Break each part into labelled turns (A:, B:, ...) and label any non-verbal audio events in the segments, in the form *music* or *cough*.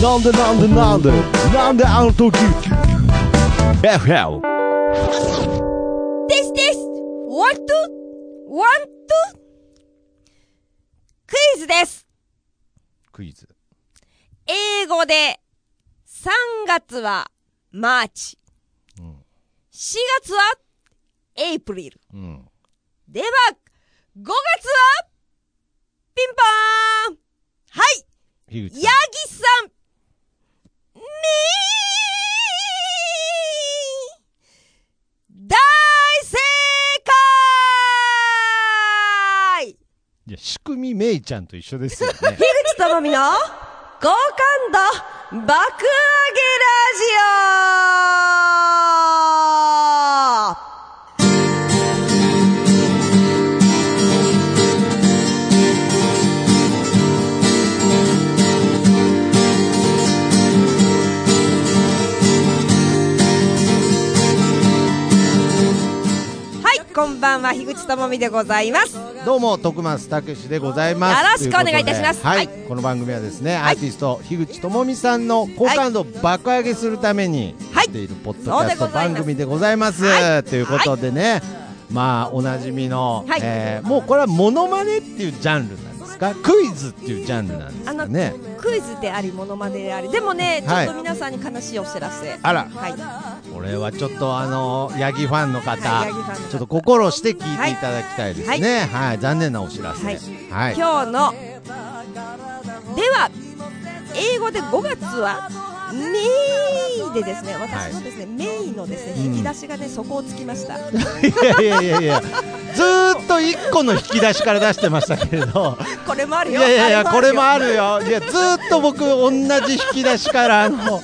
A: なんでなんでなんでなんでなんであの時 FL
B: ですですワントワントクイズです
A: クイズ
B: 英語で3月はマーチ、
A: うん
B: 4月はエイプリル。
A: うん
B: では、5月はピンポーンはい
A: 樋口
B: ヤギさんみー大正解
A: いや仕組みめいちゃんと一緒ですよね
B: 樋口智美の好感度爆上げラジオはい、こんばんは、樋口智美でございます。
A: どうも徳松たけしでございます
B: よろしくお願いいたします
A: とうことではい、
B: は
A: この番組はですね、
B: はい
A: アーティスト樋口智美さんの好感度を爆上げするために
B: はい
A: しているポッドキャスト番組でございます、
B: はい
A: ということでね、まあおなじみの、
B: はい
A: えーもうこれはモノマネっていうジャンルなんですかクイズっていうジャンルなんです
B: あ
A: か
B: の、
A: ね
B: クイズでありモノマネでありでもねちょ
A: は
B: っ
A: い
B: と皆さんに悲しいお知らせ、はい
A: あらこれはちょっとあのヤギファンの方、
B: はいヤギファンの方
A: ちょっと心をして聞いていただきたいですねはい、残念なお知らせ
B: はい
A: はい
B: 今日のでは英語で5月はメイでですね私のですね、メイのですね
A: うん
B: 引き出しがね、底をつき
A: *laughs*
B: ました
A: いやいやいやいやずーっと一個の引き出しから出してましたけれど
B: これもある
A: い
B: よ
A: やいやいやこれもあ
B: るよ
A: るよいやずーっと僕同じ引き出しからあの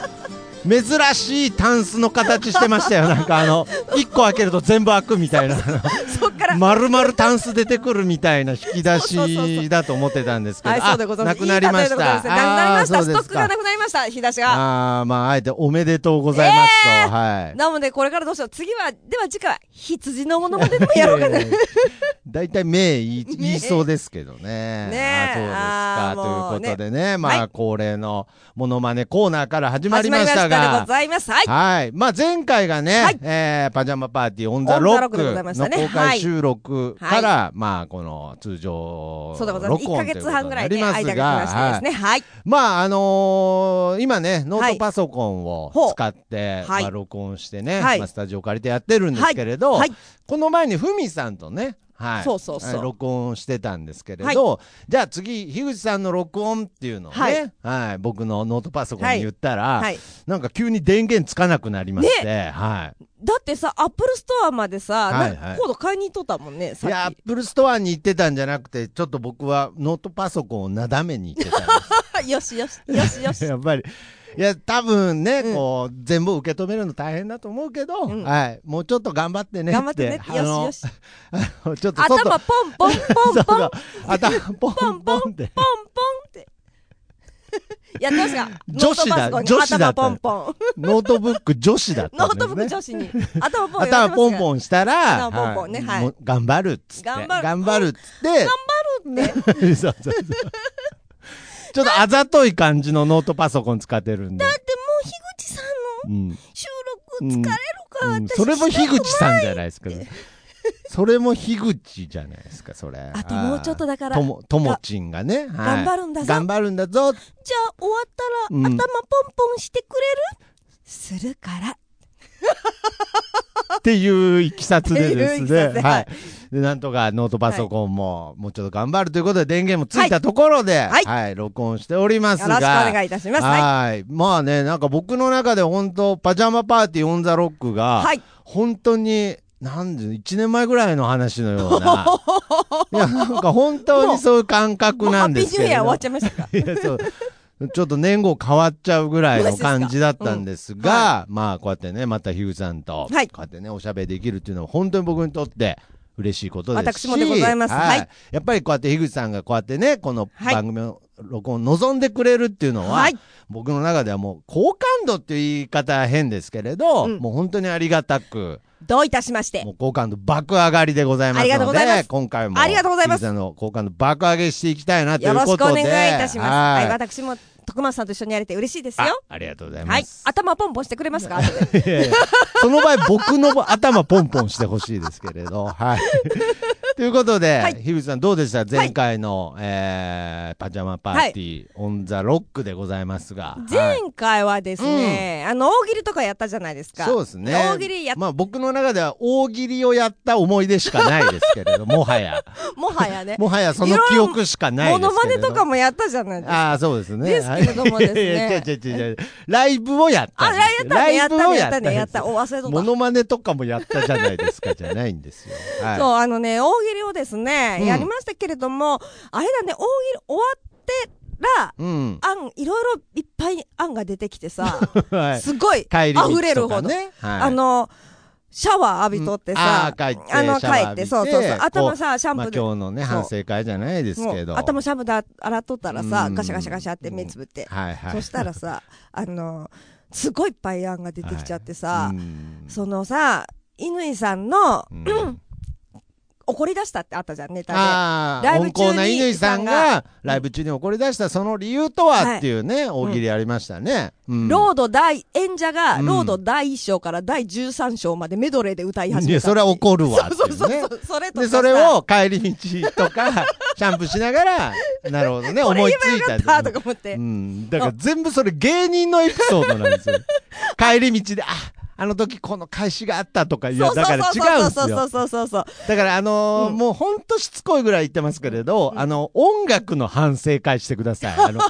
A: 珍しいタンスの形してましたよなんかあの一個開けると全部開くみたいな
B: そっから
A: 丸々タンス出てくるみたいな引き出しだと思ってたんですけど
B: はいそうでございま
A: な
B: す
A: くなりました
B: いい例えでございますなくなり
A: あ
B: まし
A: ー
B: た
A: そう
B: ス
A: で
B: ト
A: す
B: ックが
A: か
B: なくなりました引き出しが
A: ああまああえておめでとうございますと、はい
B: なのでこれからどうしよう次はでは次回は羊のものまででもやろうか
A: *laughs*
B: な
A: 大体名言い言いそうですけどね。
B: ねえ
A: あ
B: あーも
A: そう
B: う
A: ですか。ということでね、まあ、
B: はい
A: 恒例のモノマネコーナーから始まり
B: 始ま
A: ま
B: りま
A: し
B: し
A: た
B: たでご
A: が。
B: ざいますはい
A: はい。まあ、前回がね、
B: はい
A: えーパジャマパーティーオンザロック
B: オンザロックでございましたね
A: の公開収録から、まあ、この通常
B: そうでございます
A: 録
B: 1ヶ
A: 音という
B: 月
A: こと
B: 半
A: に
B: ぐら、
A: ない
B: ね、
A: り
B: 間
A: ま
B: が
A: す
B: 来
A: が、
B: ましてですねはい
A: まああのー今ねノートパソコンを
B: ほう
A: 使って、
B: はい
A: まあ、録音してね、
B: はい
A: まあ、スタジオ借りてやってるんですけれど、
B: はいはい
A: この前にふみさんとねはい、
B: そうそうそう
A: えー録音してたんですけれど、じゃあ次樋口さんの録音っていうのをね、は
B: はいい
A: 僕のノートパソコンに言ったら、
B: はい
A: なんか急に電源つかなくなりまして、はい、
B: だってさ、アップルストアまでさ、
A: はい
B: なんか
A: はい
B: コード買いに行っとったもんね、
A: い
B: さ
A: やア
B: っ
A: ップルストアに行ってたんじゃなくてちょっと僕はノートパソコンをなだめに行ってたんです
B: き。よしよし、よし
A: *laughs*
B: よし。
A: やっぱり。いや、多分ね、
B: うん
A: こう、全部受け止めるの大変だと思うけど、
B: ん
A: はい。もうちょっと頑張ってねって。
B: 頑張ってね。
A: あ
B: よし
A: の
B: よし。。
A: あのちょっと外、
B: 頭ポンポンポンポン、ポン
A: そうそう頭、ポンポンって。
B: ポンって。やってましたか
A: 女子だ
B: ノートパソコンに
A: 女子だった
B: 頭ポンポン。
A: ノートブック女子だったんです、ね。
B: ノートブック女子に頭ポン
A: 頭ポン
B: ン。
A: ポンしたら、
B: 頭ポンポンねはい
A: もう頑張るっつって。
B: 頑張る
A: 頑張るっつって。
B: 頑張るって。
A: *laughs* そうそうそう。ちょっとあざとい感じのノートパソコン使ってるんで。
B: だってもう、樋口さんの
A: うん。
B: 収録疲れるから、
A: うん
B: 私
A: それも
B: した
A: 樋
B: くない
A: 口さんじゃないですか。 *laughs* それも樋口じゃないですか、それ。
B: あともうちょっとだから
A: とも、ともちんがね。はい
B: 頑張るんだぞ
A: 頑張るんだぞ。
B: じゃあ終わったら、
A: うん
B: 頭ポンポンしてくれるするから。
A: っていういきさつでです
B: っていういきさ
A: ね。
B: つで
A: はい。で、なんとかノートパソコンも、もうちょっと頑張るということで、電源もついたところで、
B: はい
A: はい、録音しております
B: よ
A: が。
B: ろしくお願いいたします。は
A: はい。まあね、なんか僕の中で本当パジャマパーティーオンザロックが、
B: はい
A: 本当に、なんで、1年前ぐらいの話のよう
B: *laughs*
A: な。いや、なんか本当にそういう感
B: い。
A: 覚
B: もうハ
A: なん
B: ッ
A: で
B: ピーニ
A: す
B: ュ
A: け
B: ーイ
A: れ
B: ヤー終
A: ど
B: わっ。ちゃいましたか。
A: いや、そう。ちょっと年号変わっちゃうぐらいの感じだったんですが、まあこうやってね、またヒューさんと、
B: はい
A: こうやってね、おしゃべりできるっていうのは本当に僕にとって嬉しいことですし。
B: 私もでございますはい
A: やっぱりこうやって樋口さんがこうやってね、この
B: はい
A: 番組の録音を望んでくれるっていうのは、
B: はい
A: 僕の中ではもう好感度っていう言い方は変ですけれど、
B: うん
A: もう本当にありがたく、
B: どういたしまして
A: もう好感度爆上がりでございます
B: ありがとう
A: の
B: ございま、
A: です今回も、
B: ありがとうございます
A: 小さな好感度爆上げしていきたいなとい
B: よ
A: う
B: ろ
A: こ
B: しくお
A: と
B: 願
A: で。
B: いいたしますはい、
A: はい
B: 私も徳松さんと一緒にやれて嬉しいです
A: あ
B: よ
A: ありがとうございま
B: はい
A: す。
B: 頭ポンポンしてくれますか
A: *laughs*
B: 後で
A: いやいや *laughs* その場合、僕の頭ポンポンしてほしいですけれど。はい。 *laughs* ということで、
B: はい
A: 樋口さんどうでした前回の、えーパジャマパーティー、オンザロックでございますが。はい
B: 前回はですね、あの大喜利とかやったじゃないですか
A: そうですね。
B: 大喜利やっ
A: まあ僕の中では大喜利をやった思い出しかないですけれど、もはや。
B: もはや *laughs* ね
A: もはやその記憶しかないです
B: モ
A: けれ
B: ノ
A: ど。
B: マネとかもやったじゃないですか
A: ああ、そうですね。
B: ですけれどもですね
A: はいいやいや違う違う違うライブをやった
B: あ
A: ん
B: ら
A: です
B: や
A: よ。
B: ったねや
A: ラ
B: った
A: イブを
B: ねやったねやっ
A: ん
B: た
A: です
B: お忘れとった
A: モノマネとかもやったじゃないですか、じゃないんですよ。はい。
B: そう、あのね、大喜利をですね、
A: うん
B: やりましたけれども、あれだね、大喜利終わってら、
A: うん。
B: 案、いろいろいっぱい案が出てきてさ、
A: はい。
B: すごい、
A: 帰り道とかね
B: 溢れるほど。
A: はい
B: あの、シャワー浴びとってさ、
A: うんあー帰って
B: あの、
A: シャワー
B: 帰
A: 浴
B: っ
A: び
B: て、
A: て
B: そうそうそう、
A: こ
B: 頭
A: う
B: さ、シャンプ
A: まあ
B: ーで、
A: 今日のね、
B: そう
A: 反省会じゃないですけ
B: もう
A: ど。
B: 頭シャンプーで洗っとったらさ
A: う、ん
B: ガシャガシャガシャって目つぶって、
A: はいはい。
B: そしたらさ、あの、すごいいっぱい案が出てきちゃって
A: う
B: さ、
A: ん
B: そのさ、乾さんの
A: うん
B: 怒り出したってあったじゃん、ネタで。
A: ああ、
B: ライ
A: 温
B: ブ中
A: 厚
B: に
A: な乾さんがライブ中に怒り出したその理由とはっていうね、大喜利ありましたね。うん
B: ロード第、演者が、
A: うん
B: ロード第1章から第13章までメドレーで歌い始
A: い
B: め
A: や、
B: た。
A: それは怒るわって
B: *laughs* そう
A: い
B: そうう
A: ね
B: そ。う。それと
A: で、
B: か
A: そ
B: さ
A: れ、を帰り道とか、シャンプーしながら、なるほどね、
B: これ
A: 思い
B: 言
A: つい
B: えば
A: た
B: よかったとか思って。
A: うん。だから全部それ芸人のエピソードなん
B: *laughs*
A: ですよ。帰り道で、あ、あの時この返しがあったとか、いや、だから違うんです
B: そうそ
A: よ
B: う。そうそうそうそうそうそう。
A: だからあのー
B: うん
A: もうほんとしつこいぐらい言ってますけれど、あの、音楽の反省会してください。
B: *laughs*
A: あの、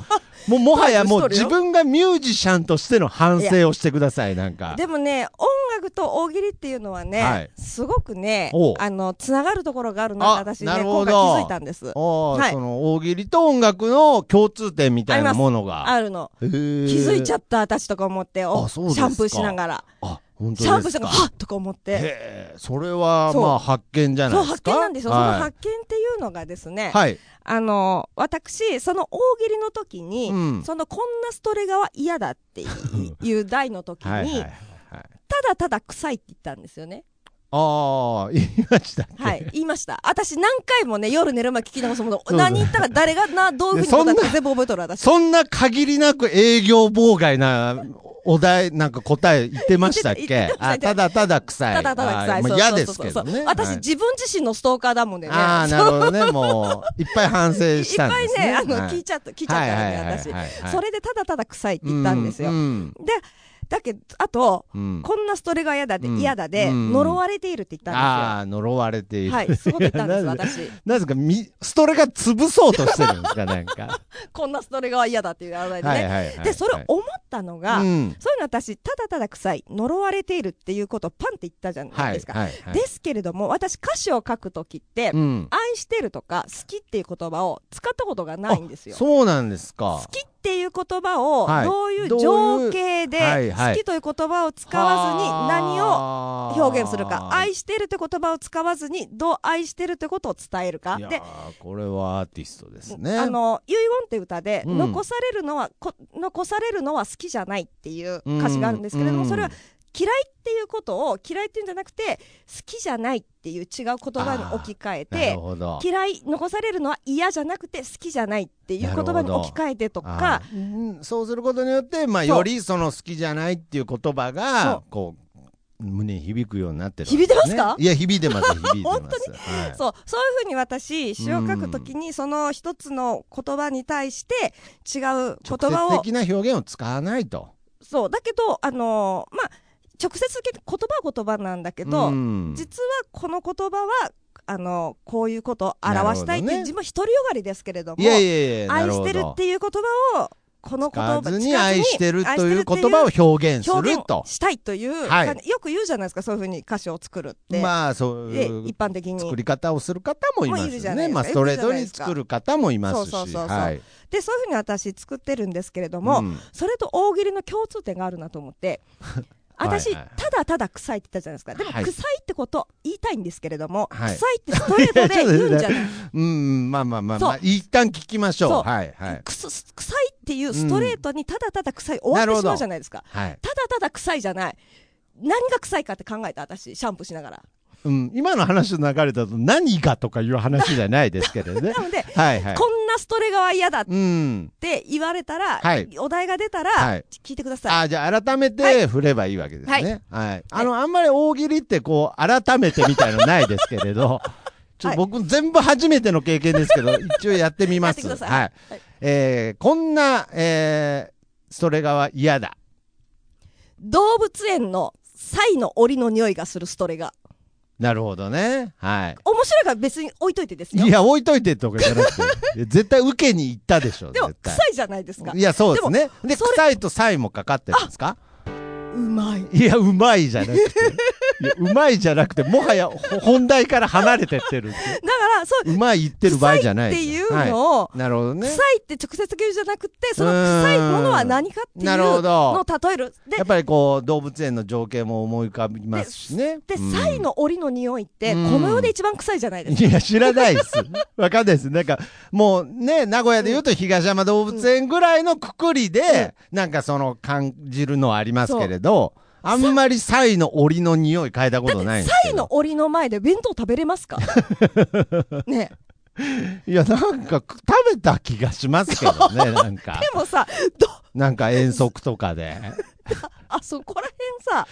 A: もうもはやもう
B: ストーリー
A: 自
B: よ
A: 分がミュージシャンとしての反省をしてください、なんか。
B: でもね、音楽と大喜利っていうのはね、
A: はい
B: すごくね
A: おう、
B: あの、つながるところがあるなって私ね、
A: あなる
B: 今
A: ほど
B: 回気づいたんです。
A: おー
B: はい
A: その大喜利と音楽の共通点みたいなものが。
B: あるの。
A: 気
B: 気づいちゃ
A: っ
B: った私とか思って、お
A: あ
B: シ
A: そうです
B: ャ
A: か
B: ンプーしながら。
A: た。あ、本当ですか。
B: シャンプーしながら、はっとか思って。
A: へえ、それは
B: そう
A: まあ発見じゃな
B: そう、
A: いです
B: 発
A: か。
B: 見なんですよ。その
A: はい
B: 発見っていうのがですね、
A: はい。
B: あの、私、その大喜利の時に、
A: うん
B: そのこんなストレガは嫌だっていいう題の時に、
A: はいはいはいはい。
B: ただただ臭いって言ったんですよね。
A: ああ、言いましたっけ。
B: はい、言いました。私何回もね、夜寝る前聞き直すもの、
A: う
B: 何言ったら誰がな、どういうふうに答えたか全部覚えとる私。
A: そんな限りなく営業妨害なお題、なんか答え言ってましたっ
B: 言っ
A: け
B: てま
A: あ
B: した
A: ただただ臭い。
B: ただただ臭
A: あ
B: い。
A: ーま
B: そ
A: あ
B: うそう
A: 嫌
B: そう
A: ですけ
B: そ
A: ど
B: うそう
A: ね。
B: 私、
A: はい
B: 自分自身のストーカーだもんでね。
A: ああ、なるほどね。もう、いっぱい反省
B: い
A: し
B: っぱ
A: たんで
B: い
A: す
B: ね、
A: ね。
B: あの、
A: はい
B: 聞いちゃった、聞いちゃった
A: はいはい
B: わ
A: はい
B: け、
A: はいはい
B: 私。それでただただ臭いって言ったんですよ。
A: うん
B: で、だけど、あと、
A: うんうん
B: こんなストレが嫌だって、
A: うん
B: 嫌だで、
A: うん
B: 呪われているって言ったんですよ。
A: ああ、呪われている。
B: はい、すごく言ったんで
A: い
B: す、
A: *laughs* やなん
B: 私。
A: なんですか、み、ストレが潰そうとしてるんですか、
B: *laughs*
A: なんか。
B: こんなストレが嫌だっていう話題でね。
A: はいはいはい。
B: で、それ
A: はい
B: 思ったのが、
A: うん。
B: そういうの私、ただただ臭い、呪われているっていうことをパンって言ったじゃないですか。
A: はいはいはい、
B: ですけれども、私、歌詞を書くときって、
A: うん、
B: 愛してるとか好きっていう言葉を使ったことがないんですよ。
A: そうなんです
B: 好
A: か。
B: きっていう言葉を
A: はい
B: どういう
A: どういう
B: 情景で
A: はいは
B: 好
A: い
B: きという言葉を使わずに何を
A: を
B: 表現するか愛してるという言葉を使わずにどう愛してるということを伝えるか
A: いや
B: で
A: ーこれはアーティストですね。
B: あの遺言って歌で、
A: うん
B: 残されるのはこ残されるのは好きじゃないっていう歌詞があるんですけれども、
A: うん
B: それは嫌いっていうことを嫌いっていうんじゃなくて好きじゃないっていう違う言葉に置き換え
A: なる
B: て
A: ほど。
B: 嫌い残されるのは嫌じゃなくて好きじゃないっていう言葉に置き換えてと
A: あ
B: か
A: ーうんそうすることによって、まあ、
B: そう
A: よりその好きじゃないっていう言葉
B: そ
A: が
B: う
A: こう胸に響くようになってる、
B: 響いてますか
A: ねいや響いて
B: *laughs*
A: ます響いてます。はい
B: そうそういうふうに私詩を書くときにその一つの言葉に対して違う言葉
A: 直接
B: を
A: 的な表現を使わないと。
B: そうだけどあのーまあ直接的に言葉は言葉なんだけど、
A: うん
B: 実はこの言葉はあのこういうことを表した
A: なる
B: いって、
A: ほどね
B: 自分は独りよがりですけれども
A: いやいやいや、
B: 愛してる
A: なほ
B: っ
A: ど
B: ていう言葉をこの言葉
A: 使わずに愛してるという言
B: を
A: 葉を表現す
B: 表
A: る
B: 現
A: と。
B: したいという、
A: はい
B: かよく言うじゃないですかそういうふうに歌詞を作るって、
A: まあそう
B: で
A: いう
B: 一般的に
A: 作り方をする方もいま
B: もういる
A: す
B: じ
A: よ
B: ゃ
A: ね。
B: ないですか
A: まあストレートに作る方もいますし。
B: そうそうそうそう
A: はい
B: でそういうふうに私作ってるんですけれども、
A: うん
B: それと大喜利の共通点があるなと思
A: *laughs*
B: って。私、
A: はいはい
B: ただただ臭いって言ったじゃないですか。でも、
A: はい
B: 臭いってこと言いたいんですけれども、
A: はい
B: 臭いってストレートで言
A: *laughs*
B: うんじゃない
A: うん、まあまあまあまあ
B: そう、
A: 一旦聞きまし
B: そ
A: ょ
B: う
A: う。はいはい。
B: くす臭いっていうストレートにただただ臭い終わってしまうじゃないですか、
A: はい。
B: ただただ臭いじゃない何が臭いかって考えた私シャンプーしながら
A: うん、今の話の流れだと何がとかいう話じゃないですけどね
B: な。の *laughs* で、
A: はいはい。
B: こんなストレガは嫌だっ
A: うん。
B: て言われたら、
A: はい
B: お題が出たら、
A: はい
B: 聞いてください
A: あじゃあ改めて振ればいいわけですね。はい。あの、あんまり大喜利ってこう、改めてみたいのないですけれど、 *laughs* ちょっと僕全部初めての経験ですけど、一応やってみます。
B: やってください
A: はい。
B: はい
A: えーこんな、えー、ストレガは嫌だ。
B: 動物園のサイの檻の匂いがするストレガ
A: なるほどね。はい。
B: 面白いから別に置いといてですよ
A: いや、置いといてとかじゃなくて、 *laughs* いや絶対受けに行ったでしょ、
B: でも
A: 絶対
B: 臭。いじゃないですか
A: いや、そうですね。で、
B: それ
A: 臭いとサイもかかってるんですか
B: うまい
A: いや、うまいじゃなくて。いや、うまいじゃなくて、もはやほ本題から離れてってるんですよ。
B: だからそう
A: うまい言ってる場合じゃない
B: 臭いって
A: で
B: い
A: すよ
B: うのを、
A: はいなるほどね
B: 臭。いって直接言うじゃなくてその臭いものは何かっていう
A: なるほ
B: のを
A: ど。
B: 例えるで
A: やっぱりこう、動物園の情景も思い浮かびますしね。
B: で、
A: うん
B: サイの檻の匂いって、
A: うん
B: この世で一番臭いじゃないですか。
A: いや、知らないです。わかんないです。なんか、もうね、名古屋で言うと東山動物園ぐらいのくくりで、なんかその感じるのはありますけれど、あんまりサイの檻の匂い嗅いだこ
B: だ
A: とない
B: っ
A: ん
B: て、
A: で
B: サ
A: すけ
B: イ
A: ど
B: の。檻の前で弁当食べれま
A: *laughs*
B: すかねえ
A: いや、なんか食べた気がしますけどね、なんか。
B: *laughs* でもさ、ど、
A: なんか遠足とかで。
B: あそこら辺さ、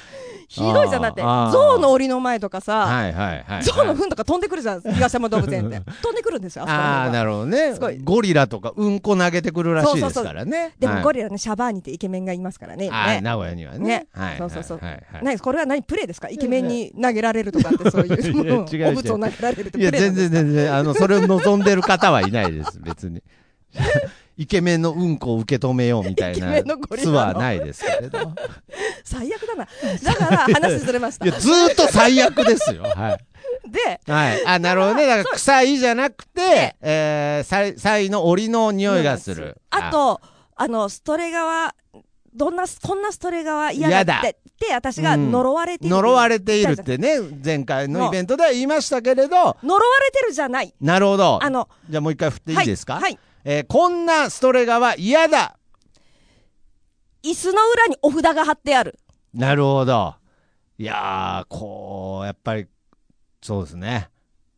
B: ひどいじゃなくて、
A: あー
B: 象の檻の前とかさ、
A: はいはいはい。
B: 象の糞とか飛んでくるじゃん、東山動物園って。飛んでくるんですよ、あそこら
A: ああ、
B: 辺
A: な
B: は
A: るほどね
B: すごい。
A: ゴリラとかうんこ投げてくるらしいですからね。
B: でもゴ
A: リ
B: リラのシャバーニってイケメンがいますからね。
A: ああ、
B: ね
A: 名古屋にはね
B: ね。
A: はい
B: そうそうそう
A: はいはいはい
B: 何これは何プレーですかイケメンに投げられるとかってそういう、
A: いや違う
B: も
A: 違う
B: うお物を投げられるってプ
A: い
B: レー
A: や、
B: な
A: 全
B: んです
A: 然全然、あの、それを望んでる方はいないです、別
B: *laughs*
A: に。イケメンのうんこを受け止めようみたい
B: イ
A: な
B: ケメンのゴリラ
A: ツ
B: の
A: はないですけれど。
B: 最悪
A: *laughs*
B: だな。だから話ずれました。
A: いや、ずーっと最悪ですよ。
B: *laughs*
A: はい。
B: で、
A: はい。あ、なるほどね。だから、臭いじゃなくて、えー、サイ、サイの檻の匂いがする。
B: あと、あの、ストレガは、どんな、こんなストレガは嫌だって、って私が呪われている、
A: 呪われているってね、前回のイベントでは言いましたけれど、
B: 呪われてるじゃない。
A: なるほど。
B: あの、
A: じゃあもう一回振っていい
B: はい
A: ですか
B: はい。
A: えーこんなストレガは嫌だ
B: 椅子の裏にお札が貼ってある。
A: なるほど。いやー、こう、やっぱり、そうですね。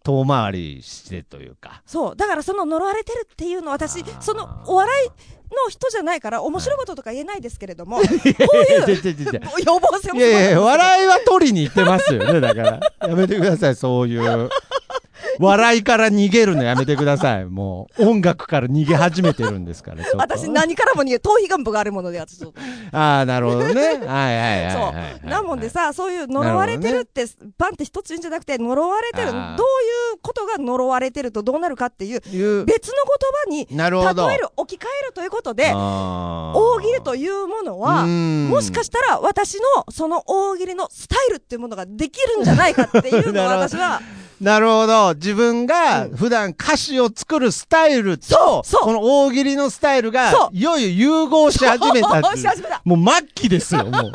A: 遠回りしてという
B: *laughs*
A: か。
B: そう。だからその呪われてるっていうのは私
A: あー、
B: そのお笑いの人じゃないから、面白いこととか言えないですけれ
A: *laughs*
B: ども、
A: こう
B: いう
A: い
B: 予防性も
A: いやいや、
B: そうなんで
A: 笑いは取りに行ってますよね、だ
B: *laughs*
A: から。やめてください、そういう。笑いから逃げるのやめてください。もう、音楽から逃げ始めてるんですから、ちょっと
B: す私何からも逃げ、頭皮ガンプがあるもので、私ちょっと。
A: ああ、なるほどね。はいはいはいはいはい。
B: そう。なもんでさ、そういう呪われてるって、バンって一つ言うんじゃなくて、呪われてる、どう
A: あー
B: いうことが呪われてるとどうなるかっていう、
A: いう。
B: 別の言
A: なる
B: 葉
A: ほ
B: に
A: ど。
B: 例える、置き換えるということで、
A: 大
B: 大喜利というもの
A: う
B: は、
A: ん
B: もしかしたら私のその大喜利のスタイルっていうものができるんじゃないかっていうのを
A: *laughs* なるほ
B: 私
A: ど
B: は、
A: なるほど。自分が普段歌詞を作るスタイルと、
B: そうそう
A: この大喜利のスタイルが
B: そ、う
A: いよいよ融合し始めたっていう
B: そうし *laughs* 始めた
A: もう末期ですよ、もう。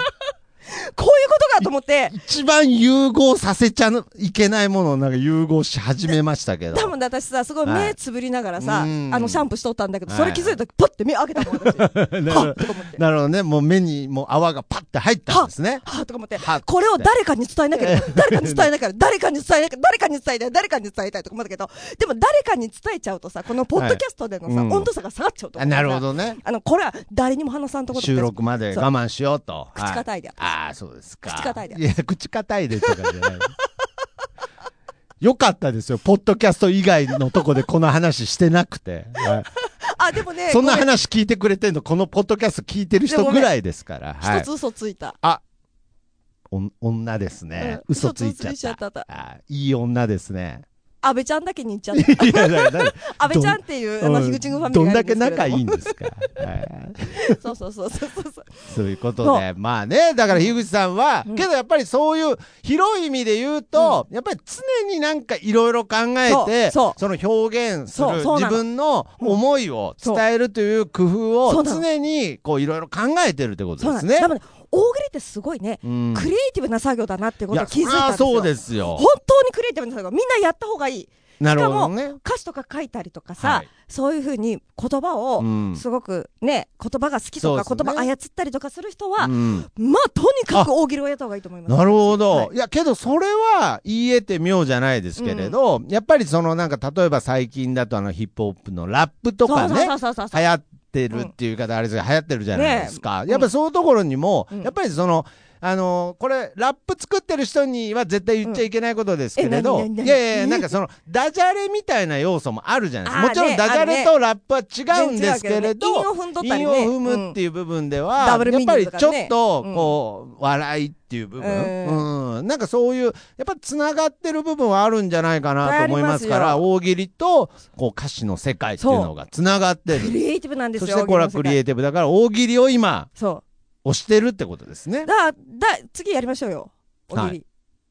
B: こういうことかと思って、
A: 一番融合させちゃいけないものをなんか融合し始めましたけど。*laughs*
B: 多分ね私さ、すごい
A: はい
B: 目つぶりながらさ、あ
A: うん
B: のシャンプーしとったんだけど、
A: はい
B: それ気づいた時、パッて目開けたもん、私。はっ
A: なるほど
B: とか思って。
A: なるほどね。もう目にもう泡がパッて入ったんですね。
B: はぁとか思って
A: はぁ、
B: これを誰かに伝えなきゃ、誰かに伝え
A: *laughs*
B: なきゃ、誰かに伝えなきゃ、誰かに伝えたい、誰かに伝えたいとか思ったけど、でも誰かに伝えちゃうとさ、このポッドキャストでのさ、
A: はいうん
B: 温度差が下がっちゃうと
A: あ
B: 思う
A: なるほ
B: ど。
A: どね。
B: あの、これは誰にも話さんとこと
A: 収録まで
B: そう
A: 我慢しようと。
B: 口
A: はい
B: 固いであった
A: ああ、そうですか。
B: 口固いであっ
A: いや、口固いでとかじゃない。よかったですよ。ポッドキャスト以外のとこでこの話してなくて。はい
B: あ、でもね、
A: そんな
B: ごめ
A: 話聞いてくれてんの、このポッドキャスト聞いてる人ぐらいですから。はい
B: 一つ。嘘ついた。
A: あ、お女ですね。
B: うん
A: 嘘ついちゃ
B: 嘘ついちゃ
A: っ。
B: ったた
A: あいい女ですね。 *laughs*
B: 安倍ちゃんだけに言っちゃった。
A: いや、だから
B: 安倍ちゃんっていう、あ
A: ど
B: の、
A: ん
B: 樋口軍ファミリ
A: ど
B: ー
A: ん
B: が
A: だ
B: いる
A: け
B: んです
A: 仲いい
B: い
A: んですか。はい
B: そうそうそうそうそうそう。
A: そういうことで、まあね、だから樋口さんは、けどやっぱりそういう広い意味で言うと、やっぱり常になんかいろいろ考えて、
B: そう
A: の表現する
B: そうそうな
A: 自
B: の
A: 分の思いを伝えるという工夫
B: そ
A: を
B: うなの
A: 常にこういろいろ考えてるってこと
B: そ
A: で
B: うなん
A: す
B: で
A: ね
B: す。。多分ね、大喜利ってすごいね、
A: うん
B: クリエイティブな作業だなってこ
A: い
B: とを
A: や、
B: 気づいた
A: そりゃ
B: んですよ。
A: そうですよ
B: 本。当にクリエイティブな作業。みんなやった方がいい。
A: な
B: し
A: る
B: か
A: ほど
B: も
A: ね。
B: 歌詞とか書いたりとかさ、
A: はい
B: そういうふうに言葉を
A: うん
B: すごくね、言葉が好きとか、
A: そうですね
B: 言葉操ったりとかする人は、
A: うん
B: まあとにかく大喜利をやった方がいいと思います。
A: なるほど。、
B: はい
A: や、けどそれは言えて妙じゃないですけれど、やっぱりそのなんか例えば最近だとあのヒップホップのラップとかね、
B: そうそうそうそうそう
A: 流行ってるっていう言い方あれですけど、流行ってるじゃないですか。
B: ねえ
A: やっぱそういうところにも、
B: うん
A: やっぱりその、あのこれ、ラップ作ってる人には絶対言っちゃいけないことですけれど、
B: うんえ何何何
A: いやいやいや、なんかその、ダジャレみたいな要素もあるじゃないですか。
B: あー
A: もちろん
B: ね
A: ダジャレとラップは違うんですけれど、
B: 全然違うけどね韻を踏んどったりね
A: 韻を踏むっていう部分で
B: うん
A: は、
B: ダブル
A: やっ
B: ミー
A: ぱ
B: ニ
A: り
B: ングとか
A: ち
B: ね
A: ょっと、こう、笑いっていう部分、うん、なんかそういう、やっぱつながってる部分はあるんじゃないかなと思いますか
B: いっぱいあ
A: ら、
B: り
A: 大喜利と、こう、歌詞の世界っていうのがつながってる
B: ク。リエイティブなんです
A: そ
B: よ。
A: してこれはクリエ
B: イテ
A: イティブだから大喜利を今
B: ィブ。そ
A: 押してるってことです
B: う。
A: ね。
B: だ、だ、次やりましょうよ。大喜利。
A: は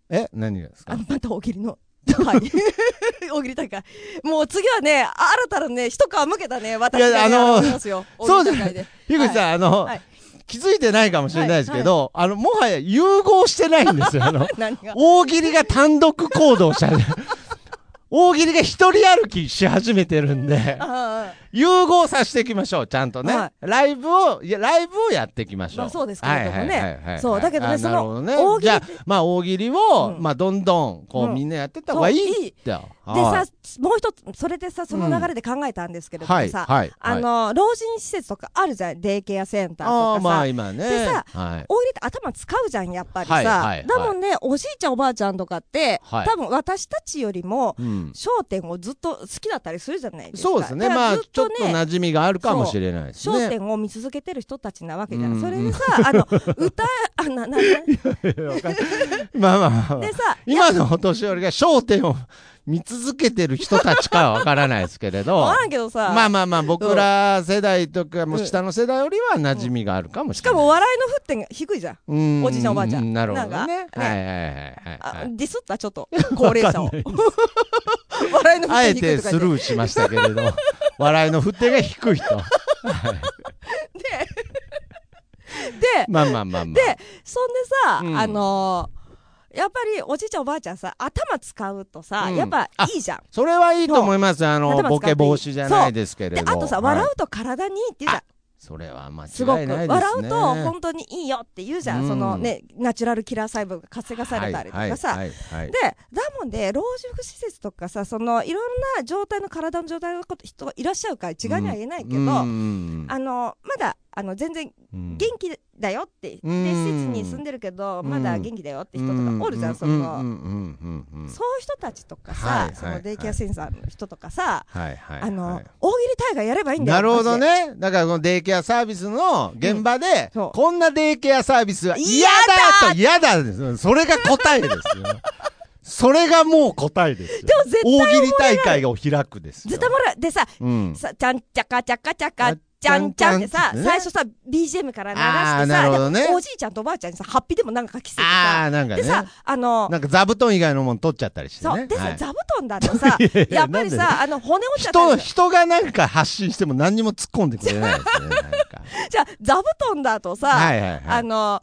A: え何がです
B: あ
A: か
B: の、また大喜利の。はい。 *laughs* 大喜利大会。もう次はね、新たなね、一皮むけたね、私が
A: いや
B: や
A: あの
B: ろうと思いますよ。
A: そうじ
B: 大
A: ゃな
B: 喜利大
A: い
B: 会で。
A: 樋口さん、あの、
B: はい
A: 気づいてないかもしれないですけど、あの、もはや融合してないんですよ。あの、
B: 何が。
A: 大喜利が単独行動した。 *laughs* 大喜利が一人歩きし始めてるんで、
B: あ
A: 融合させていきましょう、ちゃんとね。
B: はい
A: ライブを、いや、ライブをやっていきましょう。
B: まあそうですけれどもね
A: はいはいはいはい
B: そうだけどね
A: あ
B: その
A: なるほどね
B: 大喜利
A: じゃあ、まあ大喜利を、
B: うん
A: まあどんどん、こう、
B: うん
A: みんなやってった方がい
B: そうい
A: い
B: い
A: って。で
B: あでさ、もう一つ、それでさ、その流れで考えたんですけれど
A: は
B: も
A: い、
B: さ、
A: はい。
B: あ
A: はい、
B: の、老人施設とかあるじゃん、デイケアセンター
A: あ
B: と
A: あ
B: か
A: まあ
B: さ。
A: 今ね。
B: でさ
A: はい。
B: 大喜利って頭使うじゃん、やっぱり
A: はいはいは
B: さ
A: い。
B: だもんね、おじいちゃんおばあちゃんとかって、
A: はい
B: 多分私たちよりも、
A: うん。
B: 商店をずっと好きだったりするじゃないですか。
A: そうですね。
B: だから
A: まあ、
B: ずっ
A: ちょっと馴染みがあるかもしれないです
B: 焦
A: ね。
B: 点を見続けてる人たちなわけじゃ
A: うん
B: ん。それでさ、あの、歌、あ、
A: *laughs*
B: な、な、な、で
A: まあまあまあまあ。
B: さ、
A: 今のお年寄りが焦点を見続けてる人たちかはわからないですけれど
B: *laughs* わ。からんけどさ、
A: まあまあまあ、僕ら世代とか、も下の世代よりは馴染みがあるかもし
B: し
A: れ
B: か
A: ない。
B: も笑いの沸点が低いじゃん。
A: うん、
B: おじいちゃんおばあちゃん
A: うなるほどね。
B: な
A: は
B: んか
A: い
B: ね
A: はいはい
B: あ
A: はいはい。
B: ディスった、ちょっと。高齢者を。 *laughs* 笑いの
A: あ
B: 沸
A: え
B: 点
A: て
B: 低いとか
A: ス
B: 言って。
A: ルーしましたけれど、笑いの振手が低いと。
B: で、
A: まあまあまあまあ。
B: で、そんでさ、
A: うん
B: あのーやっぱりおじいちゃんおばあちゃんさ、頭使うとさ、
A: うん
B: やっぱいいじゃん。
A: それはいいと思います。あの、
B: 頭使っていい
A: ボケ防止じゃないですけれ
B: で、
A: ど。
B: あとさ、
A: はい
B: 笑うと体にいいって言うじゃん。
A: それは間違
B: すご
A: い
B: く。
A: ないですね。
B: 笑うと本当にいいよって言うじゃん。
A: うん
B: そのね、ナチュラルキラー細胞が活性化されたりとかさ、
A: はいはいはいはい
B: で、だもんで、老人施設とかさ、そのいろんな状態の体の状態のこと人がいらっしゃるから、違いには言えないけど、
A: うんう
B: あ
A: ん
B: の、まだ、あの、全然
A: うん
B: 元気だよって、
A: うん
B: で、施設に住んでるけど、
A: うん
B: まだ元気だよって人とかおるじゃん、そ
A: うん
B: の、
A: うんうんうんうんうん
B: そういう人たちと
A: は
B: か
A: い
B: さ
A: は、い
B: そのデイケアセンサーの人とかさ、
A: はいはいはい
B: あの、大喜利大会やればいいんだよ。
A: なるほど
B: マジ
A: ね。だからこのデイケアサービスの現場で、
B: そう
A: こんなデイケアサービスは嫌だと嫌だです。それが答
B: *laughs*
A: えですよ。それがもう答えですよ。
B: でも絶対
A: 大喜利大会を開くです
B: で。
A: よ。
B: 絶対もらう。でさ、
A: うん。
B: さ、ちゃんちゃかちゃかちゃか、ちゃんちゃんってさ、
A: ちゃんちゃんってね
B: 最初さ、BGM から流して
A: あー
B: さ、
A: なるほどね
B: でおじいちゃんとおばあちゃんにさ、ハッピーでもなんか着せて
A: あ
B: さ、
A: あ、なんかね
B: で。さ、あの、
A: なんか座布団以外のもん取っちゃったりして
B: そう、
A: ね。
B: でさ、
A: はい
B: 座布団だとさ
A: *laughs* いやい、や
B: やっぱり
A: なん
B: さ、あの、骨折っちゃった
A: 人、
B: りす
A: 人がなんか発信しても何にも突っ込んでくれないですね。なんか
B: るじゃあ、座布団だとさ、
A: はいはいは
B: あ
A: い。
B: の、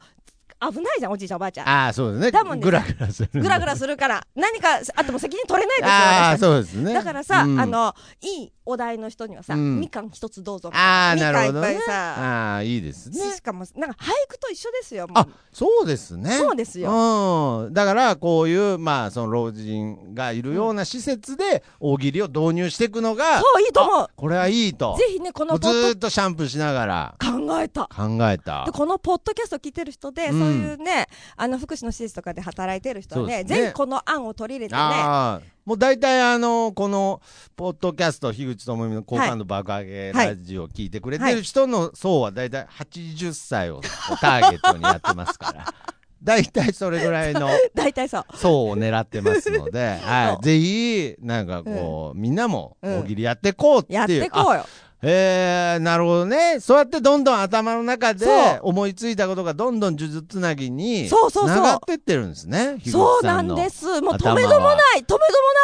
B: 危ないじゃん、おじいちゃんおばあちゃん。
A: ああ、そうですね。
B: だもんね
A: ぐらぐらする。
B: ぐらぐらするから、何かあっても責任取れないですよ、
A: ああ、
B: 私たち
A: そうですね。
B: だからさ、
A: うん
B: あ、の、いいお題の人にはさ、
A: うん
B: みかん一つどうぞみ
A: あ
B: た
A: あ、
B: い
A: なるほ
B: み
A: ど
B: かんい
A: ね
B: っ。ぱいさ、
A: ああ、いいですね。
B: しかも、なんか俳句と一緒ですよ、もう
A: あ、そうですね。
B: そうですよ。
A: うん、だからこういう、まあ、その老人がいるような施設で大喜利を導入していくのが
B: そう、いいと思う。
A: これはいいと
B: ぜひね、こ
A: も
B: の
A: うず
B: ポッ
A: ーっとシャンプーしながら
B: ド、考えた。
A: 考えた
B: でこのポッドキャスト聞いてる人で、
A: うん
B: そういうね、あの福祉の施設とかで働いてる人は
A: そう
B: ね、
A: ですね
B: ぜひこの案を取り入れてね、
A: ああもう大体あのこのポッドキャスト樋口智美の好感度爆上げラジオを聞いてくれてる人の層は大体80歳をターゲットにやってますから *laughs* 大体それぐらいの
B: 大体そう。
A: 層を狙ってますの
B: *laughs*
A: で、は
B: そう
A: い、ぜひなんかこう、みんなも
B: うん
A: 大喜利やっていこうって
B: やって
A: いう、
B: こうよ。
A: えー、なるほどね。そうやってどんどん頭の中で
B: そう
A: 思いついたことがどんどん呪術つなぎに
B: そうそうそう
A: 繋がってってるんですね。樋
B: そ
A: 口
B: う
A: さ
B: なんん
A: の
B: です。もう止
A: 頭は
B: めどもない、止めども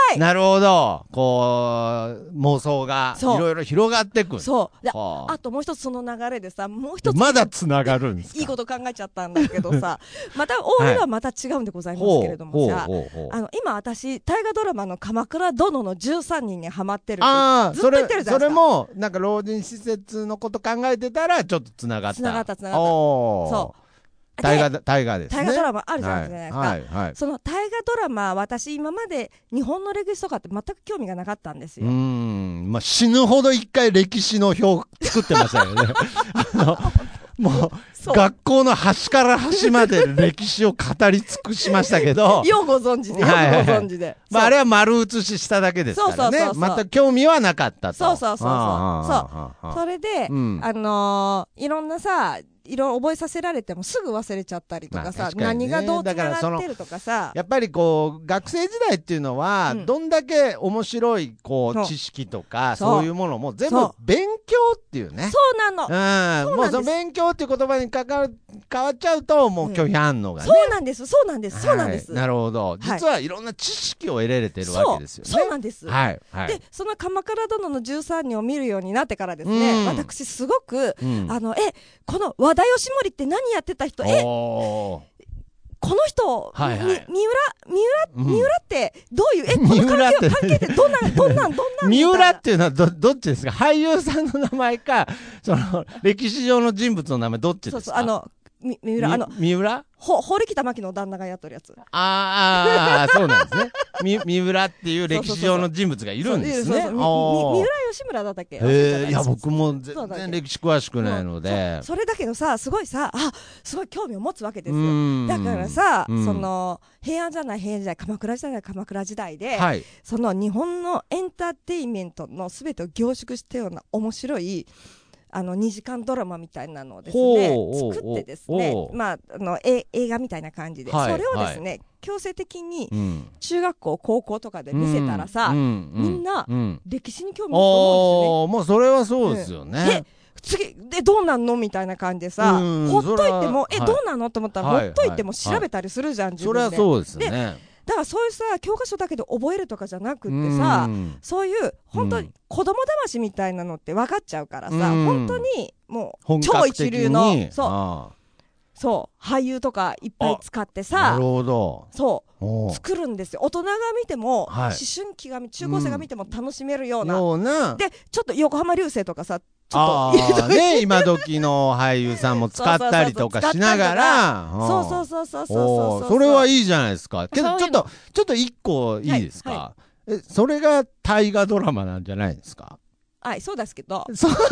B: ない。
A: なるほど。こう、妄想がい
B: そう
A: ろいろ広がってくる。
B: そう。で
A: はあ
B: あともう一つその流れでさ、もう一つ
A: まだつながるんですか
B: いいこと考えちゃったんだけど
A: *laughs*
B: さ、またオールはまた違うんでございますけれどもさ、
A: ほうほうほうほう
B: あの今私大河ドラマの鎌倉殿の13人にハマってるって
A: ああ
B: ずっと言ってるじゃないですか
A: それそれもなんか老人施設のこと考えてたらちょっとつながった
B: つながったつながった
A: おー
B: そ
A: 大河
B: で
A: だ大河ですね
B: 大河ドラマあるじゃないですか
A: はいはい、はい、
B: その大河ドラマ私今まで日本の歴史とかって全く興味がなかったんです
A: うー
B: よ、
A: んまあ死ぬほど一回歴史の表作ってましたよ
B: *laughs*
A: ねあのもう
B: そう
A: 学校の端から端まで歴史を語り尽くしましたけど
B: ようご存知でようご
A: はいはいはい
B: 存知で、
A: まあ、
B: そう
A: あれは丸写ししただけですからね
B: そうそうそうそう
A: 全く興味はなかったと
B: そうそうそうそう
A: あーあーあーあー
B: それで、
A: うん
B: あのーいろんなさいろいろ覚えさせられてもすぐ忘れちゃったりとかさ、
A: まあ確かにね
B: 何がどうつ
A: だ
B: な
A: からその
B: がってるとかさ
A: やっぱりこう学生時代っていうのは、
B: うん
A: どんだけ面白いこ
B: そう
A: う知識とか
B: そう
A: そういうものも全部
B: そう
A: 勉強っていうね。
B: そうなの、
A: うん、もうそ
B: そ
A: の
B: うなんです
A: 勉強っていう言葉にかかる変わっちゃうともう拒否反応がね、
B: そうなんですそうなんです、そうなんです
A: はいなるほど実はいろんな知識を得られてるわけですよね
B: そうそうなんです、
A: はいはい
B: でその「鎌倉殿の13人」を見るようになってからですね、
A: うん
B: 私すごく、
A: うん
B: あのえこの和田義盛って何やってた人え
A: おー
B: この人、
A: はいはい
B: み三浦
A: うん
B: 三浦三浦ってどういうえこ
A: 三
B: の
A: 浦って
B: 関係関係ってどんな
A: *laughs*
B: どんなんどんなんみ
A: 三
B: たいな
A: 浦っていうのはどどっちですか俳優さんの名前かその歴史上の人物の名前どっちです
B: そ
A: か
B: うそうあのみ三浦あの
A: み三浦
B: ほ堀北真希の旦那がやってるやつ
A: あーあーあーそうなんですね。
B: *laughs*
A: み三浦っていう歴史上の人物がいるんです
B: そう
A: ね。
B: そうそうみみ
A: おー
B: 三浦義村だったっけ
A: えー、いや
B: 忘れちゃった
A: 僕も
B: そ
A: 全
B: うだっ
A: 然
B: け
A: 歴史詳しくないので。
B: それだけどさすごいさあすごい興味を持つわけですよ
A: ん
B: だからさ、
A: うん
B: その平安じゃない平安時代鎌倉時代じゃない鎌倉時代で、
A: はい。
B: その日本のエンターテインメントのすべてを凝縮したような面白いあの2時間ドラマみたいなのをです
A: ほうおうお
B: ね
A: う
B: 作ってですね
A: おう
B: まああのえ映画みたいな感じで、
A: はい
B: それをですね、強制的に
A: うん
B: 中学校高校とかで見せたらさ、
A: うん
B: みんな
A: うん
B: 歴史に興味を持
A: おーもうそれはそうですよ
B: つんです
A: ね
B: よね。。え次でどうなんのみたいな感じでさ、
A: うん
B: ほっといても
A: そ、れ
B: え、
A: は
B: どうなのと思ったら、
A: はい
B: ほっといても
A: はいはい
B: 調べたりするじゃん、自
A: それ
B: 分
A: は
B: で。
A: そうですね。
B: だからそういうさ教科書だけで覚えるとかじゃなくってさ、
A: うん
B: そういう本当
A: う
B: に
A: ん
B: 子供魂みたいなのって分かっちゃうからさ、
A: うん
B: 本当にもう
A: 本
B: 超
A: 格
B: 一
A: 的
B: 流の
A: に
B: そう
A: あ
B: そう俳優とかいっぱい使って
A: ーな
B: さ
A: るほど。
B: そ
A: お
B: う
A: ー
B: 作るんですよ大人が見ても、
A: はい
B: 思春期が見中高生が見ても楽しめるような、
A: ような。
B: でちょっと横浜流星とかさちょ
A: あ
B: っと *laughs*
A: あね今時の俳優さんも使ったりとかしながら
B: そうそううそうそうそう
A: お
B: そ
A: ー
B: う
A: それはい
B: い
A: いじゃないですかけどちょ
B: そう
A: っ
B: いうの
A: とちょっと一個いいですか、
B: はい
A: えそれが大河ドラマなんじゃないですか
B: はいそうですけど
A: そう *laughs*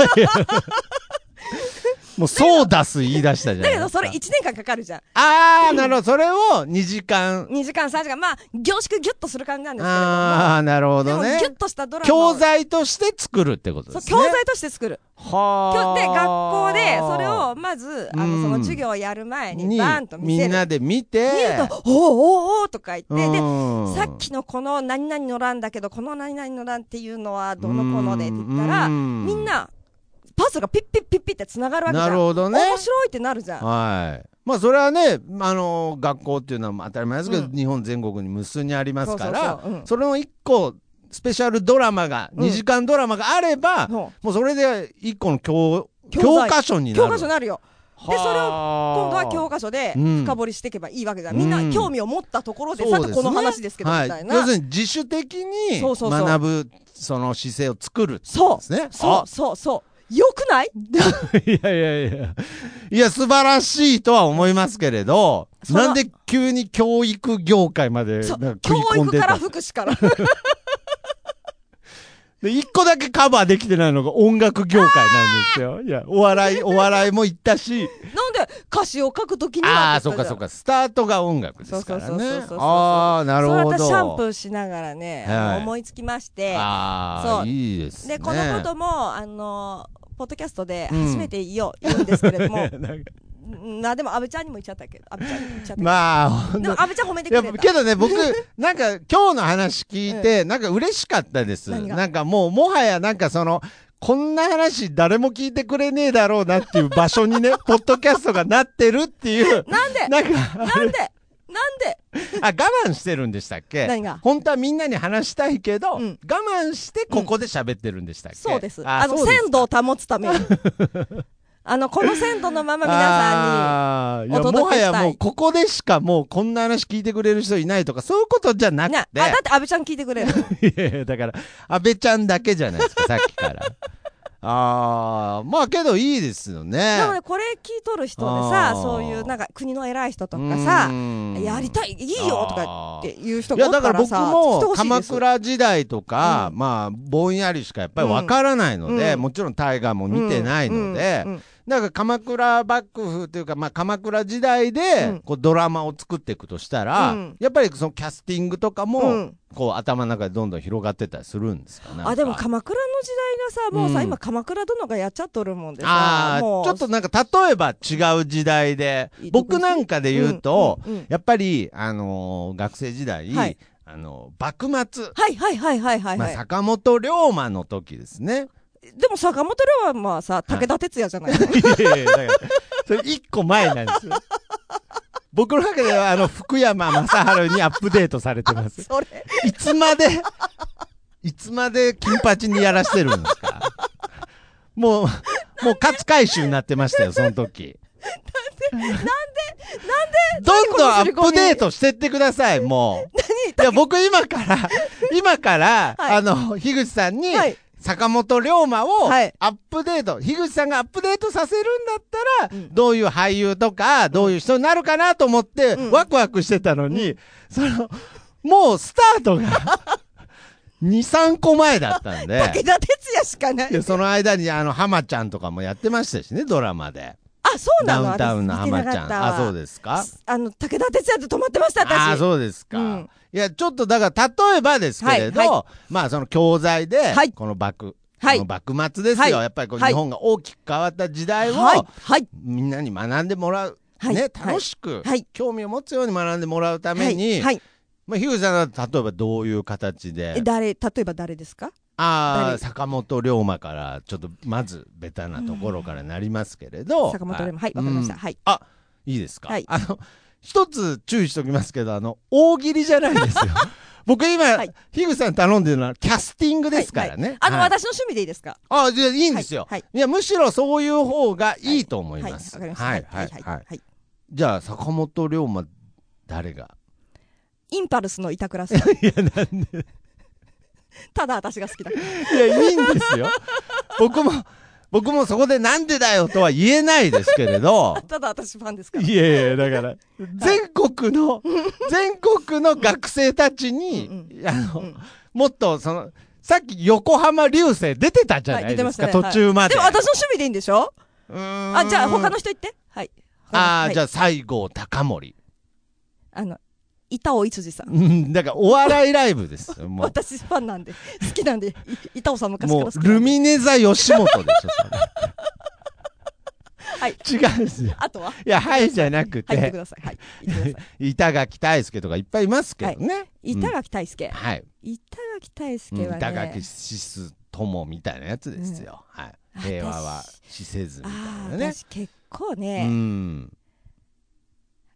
A: もうそう出す言い出したじゃ
B: だ
A: ない
B: け
A: で
B: ど
A: すか
B: それ1年間かかるじゃん
A: ああなるほどそれを2時間
B: 2時間3時間まあ凝縮ギュッとする感じなんですけれども
A: ああなるほ
B: で
A: ど
B: もギ
A: ね
B: ュッとしたドラマを
A: 教材として作るってこと
B: そ
A: で
B: う
A: すね
B: 教材として作る。きょ
A: はあ
B: で学校でそれをまずあ
A: う
B: の
A: ん
B: その授業をやる前に
A: に
B: バーンと見
A: み
B: せ
A: ん
B: る。
A: なで見て
B: 見るとおーおーおーとか言ってで
A: うん
B: さっきのこの何々の欄だけどこの何々の欄っていうのはどのこのでって言ったら
A: う
B: み
A: ん
B: んなパズルがピッピッピッピッってつながるわけじゃ。
A: なんるほどね
B: 面白いってなるじゃん。
A: はいまあそれはね、あの学校っていうのは当たり前ですけど、
B: うん
A: 日本全国に無数にありますから
B: そうそうそううん
A: れの一個スペシャルドラマが、
B: うん
A: 2時間ドラマがあれば、
B: うん
A: もうそれで一個の教
B: 教
A: 教
B: 材
A: 科書になる
B: 教科書になるよ。でそれを今度は教科書で
A: うん
B: 深掘りしていけばいいわけじゃん。みん
A: う
B: なん興味を持ったところで
A: そ
B: さ
A: う
B: っ
A: です
B: き
A: ね
B: この話ですけどみたい
A: はい、要
B: な
A: す。るに自主的に
B: そうそうそう
A: 学ぶその姿勢を作るってこと
B: そう
A: ですね
B: そうそうそう。よくない
A: あ *laughs* いやいやいやいや素晴らしいとは思いますけれど
B: その
A: なんで急に教育業界まで
B: そう
A: なんか食い
B: 教
A: 込ん
B: 育
A: で
B: か
A: た
B: ら福祉から。 *laughs*
A: で、一個だけカバーできてないのが音楽業界なんです
B: *laughs*
A: よ。いや、お笑い、お笑いも行ったし。
B: なんで歌詞を書くときに
A: あ
B: は
A: あ、そっかそっか。スタートが音楽ですから
B: そうそうそう
A: ね
B: そう。そう
A: ああ、なるほど。
B: それ私シャンプーしながらね、あの
A: はい
B: 思いつきまして
A: あ
B: そ
A: あ、
B: う
A: いいですね。
B: でこのこともあのポッドキャストで
A: うん
B: 初めて言おう、言うんですけれども *laughs*
A: なんか
B: うんなでも阿部ちゃんにも言っちゃったけど阿部ちゃんにも言っちゃったけ
A: *laughs*
B: ど、
A: まあ、ほん
B: で
A: と
B: も阿部ちゃん褒めて
A: いや
B: くれた
A: けどね、
B: *laughs*
A: 僕、なんか今日の話聞いて、なんか嬉しかったです。
B: 何が
A: なんかもう、もはやなんかその、こんな話誰も聞いてくれねえだろうなっていう場所に
B: *laughs*
A: ね、ポッドキャストがなってるっていう。
B: なんで
A: なんか、
B: なんでなんで
A: あ、我慢してるんでしたっけ
B: 何が
A: 本当はみんなに話したいけど、
B: うん
A: 我慢してここで喋ってるんでしたっけ、
B: そうです。
A: あ
B: あの、
A: そうです
B: 鮮度を保つた
A: *laughs*
B: めに。あの、この鮮度のまま皆さ
A: あ
B: んに。
A: ーいや
B: お届
A: もは
B: けしたい
A: やもうここでしかもうこんな話聞いてくれる人いないとかそういうことじゃなく
B: ね、あ、
A: て
B: だって安倍ちゃん聞いてくれる。
A: いやいやだから安倍ちゃんだけじゃないですかさっき
B: *laughs*
A: からあーまあけどいいですよね
B: でもね、これ聞いとる人でさ
A: あ、ー
B: そういうなんか国の偉い人とかさ、やりたい、いいよとかっていう人
A: い
B: が
A: や
B: おっ
A: だ
B: た
A: から
B: ら
A: 僕
B: さ、聞いて
A: も
B: ほしい
A: 鎌
B: です
A: 倉時代とか、
B: う
A: まあぼんやりしかやっぱりわからないので、
B: うん
A: もちろん大河も見てないので、
B: うんうんうん
A: だから鎌倉幕府というか、まあ、鎌倉時代
B: う
A: で
B: ん
A: こうドラマを作っていくとしたら、
B: うん
A: やっぱりそのキャスティングとかも、
B: うん
A: こう頭の中でどんどん広がってったりするんですかなんか
B: あでも鎌倉の時代がさもうさ、
A: うん
B: 今鎌倉殿がやっちゃっとるもんでさ
A: ああ
B: もう
A: ちょっとなんか例えば違う時代で
B: いいとこ
A: 僕なんかで言うと、
B: うんうんうん
A: やっぱり、あのー学生時代、
B: はい
A: あのー幕末
B: はいはいはいはいはい、
A: まあ、
B: はい
A: 坂本龍馬の時ですね。
B: でも坂本龍馬はまあさ武田鉄矢じ
A: *laughs*
B: ゃない、
A: いやいやだから、それ一個前なんですよ。僕の中では、あの、福山雅治にアップデートされて
B: *laughs*
A: ます。
B: それ
A: いつまで、いつまで金八にやらしてるんですかもう、もう勝海舟になってましたよ、その時。なんで、なんで、なんでどんどんアップデートしてってください、もう。いや、僕今から、今から、
B: はい
A: あの、樋口さんに、
B: はい
A: 坂本龍馬をア
B: はい
A: ップデート、樋口さんがアップデートさせるんだったら、
B: うん
A: どういう俳優とか、どういう人になるかなと思って、
B: うん
A: ワクワクしてたのに、その、もうスタートが *laughs* 2、3個前だったんで、
B: 武田鉄矢しかない
A: でその間にあの、浜ちゃんとかもやってましたしね、ドラマで。
B: あそう
A: ダ
B: な
A: ウ
B: の
A: ンタウンの浜ちゃん。あ、そう
B: す
A: ですか
B: あの武田鉄矢で止まってました私
A: ああ、そうですか。
B: うん
A: いや、ちょっとだから、例えばですけれど、
B: はいは
A: まあ、その教材で、
B: はい
A: この幕、
B: はい
A: この幕末ですよ。
B: はい
A: やっぱりこう
B: はい
A: 日本が大きく変わった時代を、
B: はいはい
A: みんなに学んでもらう。
B: はい
A: ね、
B: はい
A: 楽しく、
B: はい
A: 興味を持つように学んでもらうために、
B: はいはい
A: まあ、ヒューさんは例えばどういう形
B: え
A: で、
B: 誰例えば誰ですか
A: ああ、
B: 誰
A: 坂本龍馬から、ちょっとまず、ベタなところからなりますけれど。
B: 坂本龍馬はいわかりました、
A: うん
B: はい
A: あ、いいですか。
B: はい
A: あの、一つ注意しておきますけど、あの、大喜利じゃないです
B: *laughs*
A: よ。僕今
B: はい、
A: ヒグさん頼んでるのはキャスティングですから
B: はいは
A: ね
B: い。あの、
A: はい
B: 私の趣味でいいですか
A: あ、じゃあいいんですよ。
B: はいい
A: や、むしろそういう方がいいと思い
B: はいわ
A: ま
B: か
A: す。
B: りました
A: はい、はい、はい。
B: はい
A: じゃあ、坂本龍馬、誰が
B: インパルスの
A: *laughs*
B: 板倉さん。ただ私が好き
A: *laughs*
B: だから。
A: いや、いいんですよ。 *laughs* 僕も、僕もそこでなんでだよとは言えないですけれ
B: *laughs*
A: ど、
B: ただ私ファンですから。
A: いやいや、だから、全国の、全国の学生たちに、あの、もっとその、さっき横浜流星出てたじゃないですか、
B: はい出て
A: 途
B: ましたね
A: 中まで。
B: でも私の趣味でいいんでしょ
A: あ
B: あ、じゃあ他の人言って。はい。
A: ああ、じゃ
B: あ。
A: あ西郷隆盛。
B: あの、板尾一次さん。
A: うん、だからお笑いライブです。もう、
B: 私ファンなんで、好きなんで、い板尾さん昔から
A: も
B: 好き
A: う、
B: なんで
A: ルミネ座吉本でしょ、
B: はい。
A: それ。
B: *laughs*
A: 違うんですよ。
B: あとは、
A: いや、はいじゃなく
B: 入ってく
A: て、
B: ださい。はい。言ってくだ
A: *laughs*
B: さい
A: 板垣大輔とかいっぱいいますけどね。
B: 板垣大輔。
A: はい。
B: 板垣大
A: うん
B: 輔はね。
A: 板垣シス友みたいなやつですよ、はい
B: 私
A: 平和は死せずみた
B: ああ、
A: いなね
B: 私結構
A: う
B: ね、
A: ん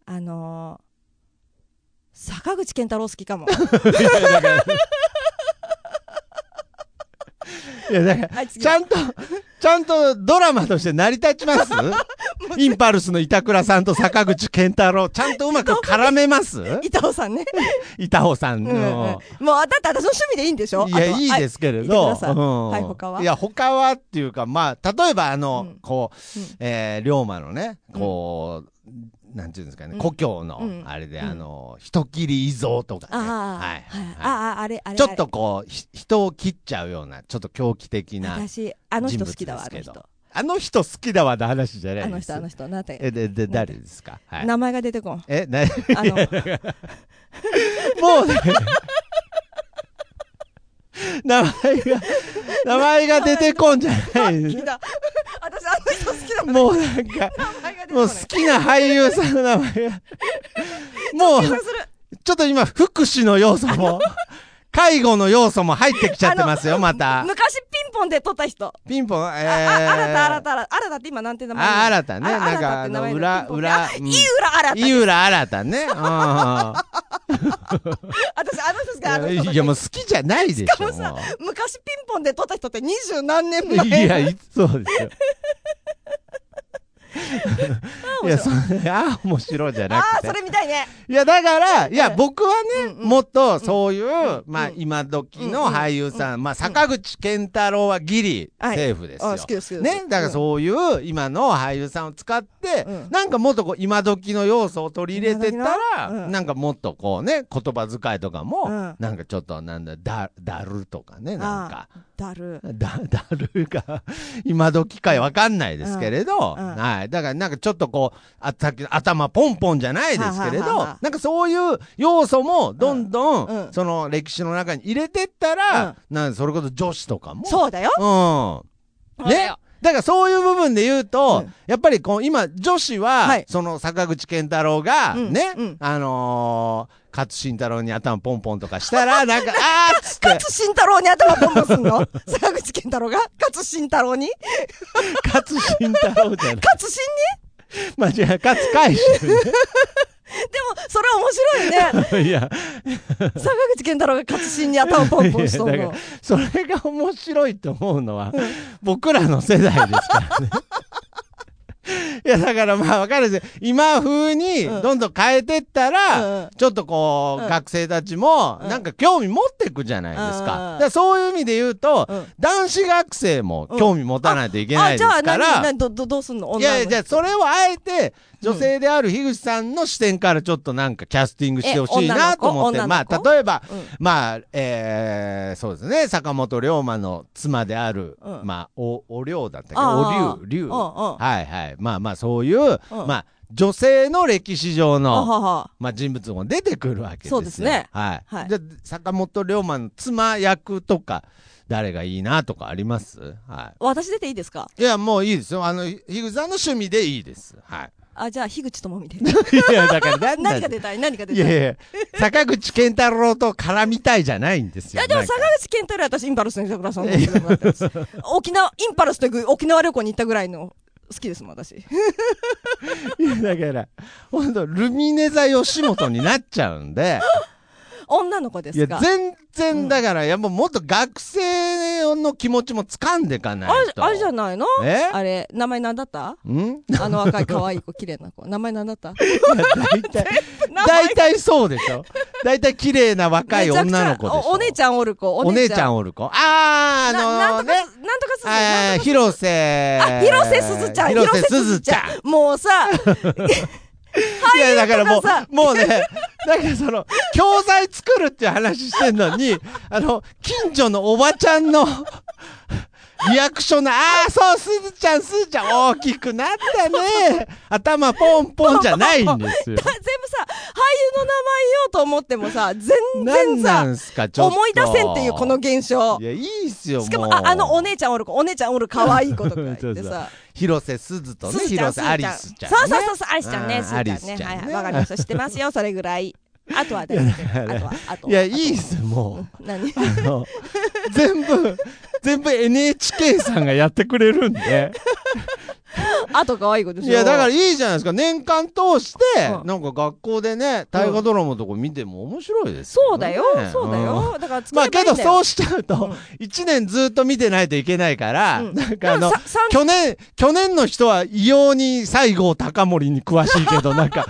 B: あのー、坂口健太郎好きかも。
A: いやだから
B: はい、次
A: ちゃんと *laughs* ちゃんとドラマとして成り立ちます
B: *laughs*
A: インパルスの板倉さんと坂口健太郎ちゃんとうまく絡め
B: *laughs*
A: ます
B: 板尾さんね。
A: 板尾さん
B: うんうんも
A: の、
B: うだって私の趣味でいいんでしょ
A: い
B: あと
A: や
B: はい
A: いですけれど、
B: はい言ってください
A: うん
B: はい他はい
A: や他はっていうかまあ例えばあの、
B: うん
A: こう、
B: うん
A: えー龍馬のねこう、なんていうんですかね、
B: うん
A: 故郷
B: う
A: の
B: ん
A: あれで、
B: うん
A: あの人切り遺像とかね、
B: ああ、
A: は
B: はいい、
A: は
B: ああ、あれ、あ
A: い
B: れ。
A: ちょっとこうひ人を切っちゃうようなちょっと狂気的
B: あれ、
A: な
B: 私、あの人好きだわ、
A: 人
B: あ
A: 物ですけ
B: の
A: ど
B: 人。
A: あの人好きだわの話じゃな
B: あ
A: い
B: の
A: です
B: 人、あの人、なんて、
A: えでで誰ですか、はい、
B: 名前が出てこん。
A: えな
B: あの、
A: もうね名前が名前が出てこんじゃないです
B: 好きだ。私、あの人好きだ。
A: もうなんか、
B: 名前が出て
A: も
B: こ
A: う好
B: ない。
A: きな俳優さんの名前が、も
B: 緊張
A: う、
B: する。
A: ちょっと今、福祉の要素も介護の要素も入ってきちゃってますよ、また。
B: 昔ピンポンで撮った人。
A: ピンポン、えー、
B: あ、あ、新た、新た、新た、新たって今なんて名前
A: あ、新たね。
B: あ
A: なんか、
B: 新
A: あ
B: って名
A: の、
B: 前の
A: 裏、
B: ピンポン
A: 裏
B: あ、
A: う
B: 井
A: ん
B: 浦新たです。
A: 井浦新たね。う
B: 私、あの人しか、あの
A: ん
B: 人
A: いや、もう好きじゃないでしょ。
B: もさ
A: も
B: 昔ピンポンで撮った人って二十何年
A: う
B: 前
A: いや、いそうです
B: *laughs*
A: よ。いや、それ、あ、面白いじゃな
B: あ
A: く
B: あ
A: て
B: ーそ。れみたいね
A: いや、だから、いや、僕はね、もっとそういう、まあ、
B: うん
A: 今時の俳優さん、まあ、坂口健太郎はギリ、
B: はい
A: セーフです
B: あ
A: よ
B: ー。好きです好きです
A: ね、だからそういう、今の俳優さんを使って、
B: うん
A: なんかもっとこう、今時の要素を取り入れてたら、
B: 今時のうん
A: なんかもっとこうね、言葉遣いとかも、
B: うん
A: なんかちょっと、なんだ、だ、だるとかね、なんか。
B: だる
A: だ、 *laughs* だるが、今時かわかんないですけれど、
B: うんうん
A: はい。だからなんかちょっとこう、あさっきの頭ポンポンじゃないですけれ
B: はは
A: ど、
B: はは
A: なんかそういう要素もどんどん、
B: うんうん
A: その歴史の中に入れてったら、
B: うん
A: なんかそれこそ女子とかも。
B: そうだよ
A: うん。ね。だからそういう部分で言うと、
B: うん
A: やっぱりこう今女子は、
B: はい
A: その坂口健太郎が
B: うん
A: ね、
B: うん
A: あのー、勝新太郎に頭ポンポンとかしたら、なんか、あーっつって、
B: 勝慎太郎に頭ポンポンすんの坂口健太郎が勝慎太郎に
A: 勝新太郎じゃない。
B: 勝慎
A: 間違え、勝海舟
B: にでもそれ面白い
A: *laughs*
B: ね
A: いや、
B: 坂口健太郎が勝慎に頭ポンポンしとん
A: いやだ
B: の
A: からそれが面白いと思うのは、 *laughs* 僕らの世代ですからね。 *laughs* いや、だからまあわかるんですよ今風に
B: うん
A: どんどん変えてったら、
B: うんうん
A: ちょっとこう、
B: うん
A: 学生たちも、
B: うん
A: なんか興味持っていくじゃないですか。
B: うんうんうん
A: だからそういう意味で言うと、
B: うん
A: 男子学生も興味持たないといけないで
B: あじ
A: す
B: ゃあ
A: か
B: 何
A: ら、
B: 何どどどうすんの
A: いやいや、じ
B: 女
A: ゃ
B: の
A: あそれをあえて、女性である樋口さんの視点からちょっとなんかキャスティングしてほしいなと思っ
B: え
A: て、
B: 女の
A: ま
B: 子女
A: あ
B: の子
A: 例えば
B: うん、
A: まあ、えーそうですね、坂本龍馬の妻である
B: う、ん
A: まあ、お、お龍だったっけ
B: ああ
A: お龍、龍。
B: うんうん
A: はいはい。まあまあそういう、まあ、女性の歴史上
B: あ
A: の、
B: はは
A: まあ人物も出てくるわけですよ。
B: そうですね
A: はい。
B: はい
A: じゃあ坂本龍馬の妻役とか、誰がいいなとかありますはい。
B: 私出ていいですか
A: いや、もういいですよ。あの、ひ樋口さんの趣味でいいです。は
B: あじゃあ樋口智美で
A: *laughs* い。いや、だからなんだ
B: 何が出たい何が出
A: い
B: たい
A: やいや、坂口健太郎と絡みたいじゃないんです
B: い
A: よ。
B: や、でも
A: なんか
B: 坂口健太郎は私、インパルスの桜さんの好きだから
A: *laughs*
B: です沖縄、インパルスという沖縄旅行に行ったぐらいの好きですもん、私。
A: いや *laughs* だから、本当ルミネ座吉本になっちゃうんで、
B: 女の子で
A: い
B: す
A: や、
B: か。
A: 全然だから、いや、もうもっと学生の気持ちも掴んでかない
B: あれ、
A: と。
B: あれじゃないの
A: え
B: あれ、名前なんだった
A: ん
B: あの若い可愛い子、綺麗な子。名前なんだった
A: 大体、大体そうでしょ。大体綺麗な若い女の子でしょ。
B: おお姉ちゃんおる子、
A: お姉ちゃ
B: ん。
A: んおる子。あー、あの
B: なな
A: ー
B: んと
A: ね
B: か。す、なんとかすず、
A: え
B: なん
A: ー
B: とかすず
A: 広瀬。
B: あ、広瀬すずちゃん、
A: 広瀬すずちゃん。
B: ん。もうさ、
A: いや、だからも
B: とかさ
A: う、もうね、なんかその、教材作るっていう話してんのに、 *laughs* あの、近所のおばちゃんの、 *laughs* リアクションの、ああ、そう、すずちゃん、すずちゃん、大きくなったね。頭ポンポンじゃないんですよ
B: 全部。さ、俳優の名前言おうと思ってもさ、
A: なん
B: *laughs* 全然
A: な
B: さ、
A: んすか、ちょっと。
B: 思い出せんっていうこの現象
A: い。や、いいっすよ、もう。
B: しかも、あ、あのお姉ちゃんおる子、お姉ちゃんおる可愛い子とか言っ
A: そうそ
B: て
A: う
B: さ。
A: 広瀬すずとね、
B: すずちゃん
A: 広瀬アリスちゃんね。
B: そうそうそうそう、アリスちゃん
A: う
B: ね、
A: ん
B: すずちゃん
A: アリスちゃ
B: ね。
A: ん
B: はい
A: ね
B: はい、わかりました。知ってますよ、それぐらい。あとは
A: *laughs*
B: 大丈夫。あとは、あと。
A: いや、いいっす、もう。
B: 何 *laughs*
A: あの全部、全部 NHK さんがやってくれるんで。
B: あと可愛い子でし
A: い
B: ょ。
A: や、だからいいじゃないですか。年間通して、
B: うん
A: なんか学校でね、大河ドラマとか見ても面白いです
B: そ
A: よ
B: う
A: ね、
B: だよ、そうだ
A: ん。
B: よ。だから作
A: まあ
B: ればい
A: け
B: いんだよ、
A: どそう
B: し
A: しちゃうと、一年ずっと見てないといけないから、
B: うん
A: なんかあの
B: でもささん、
A: 去年、去年の人は異様に西郷隆盛に詳しいけ
B: *laughs*
A: ど、なんか、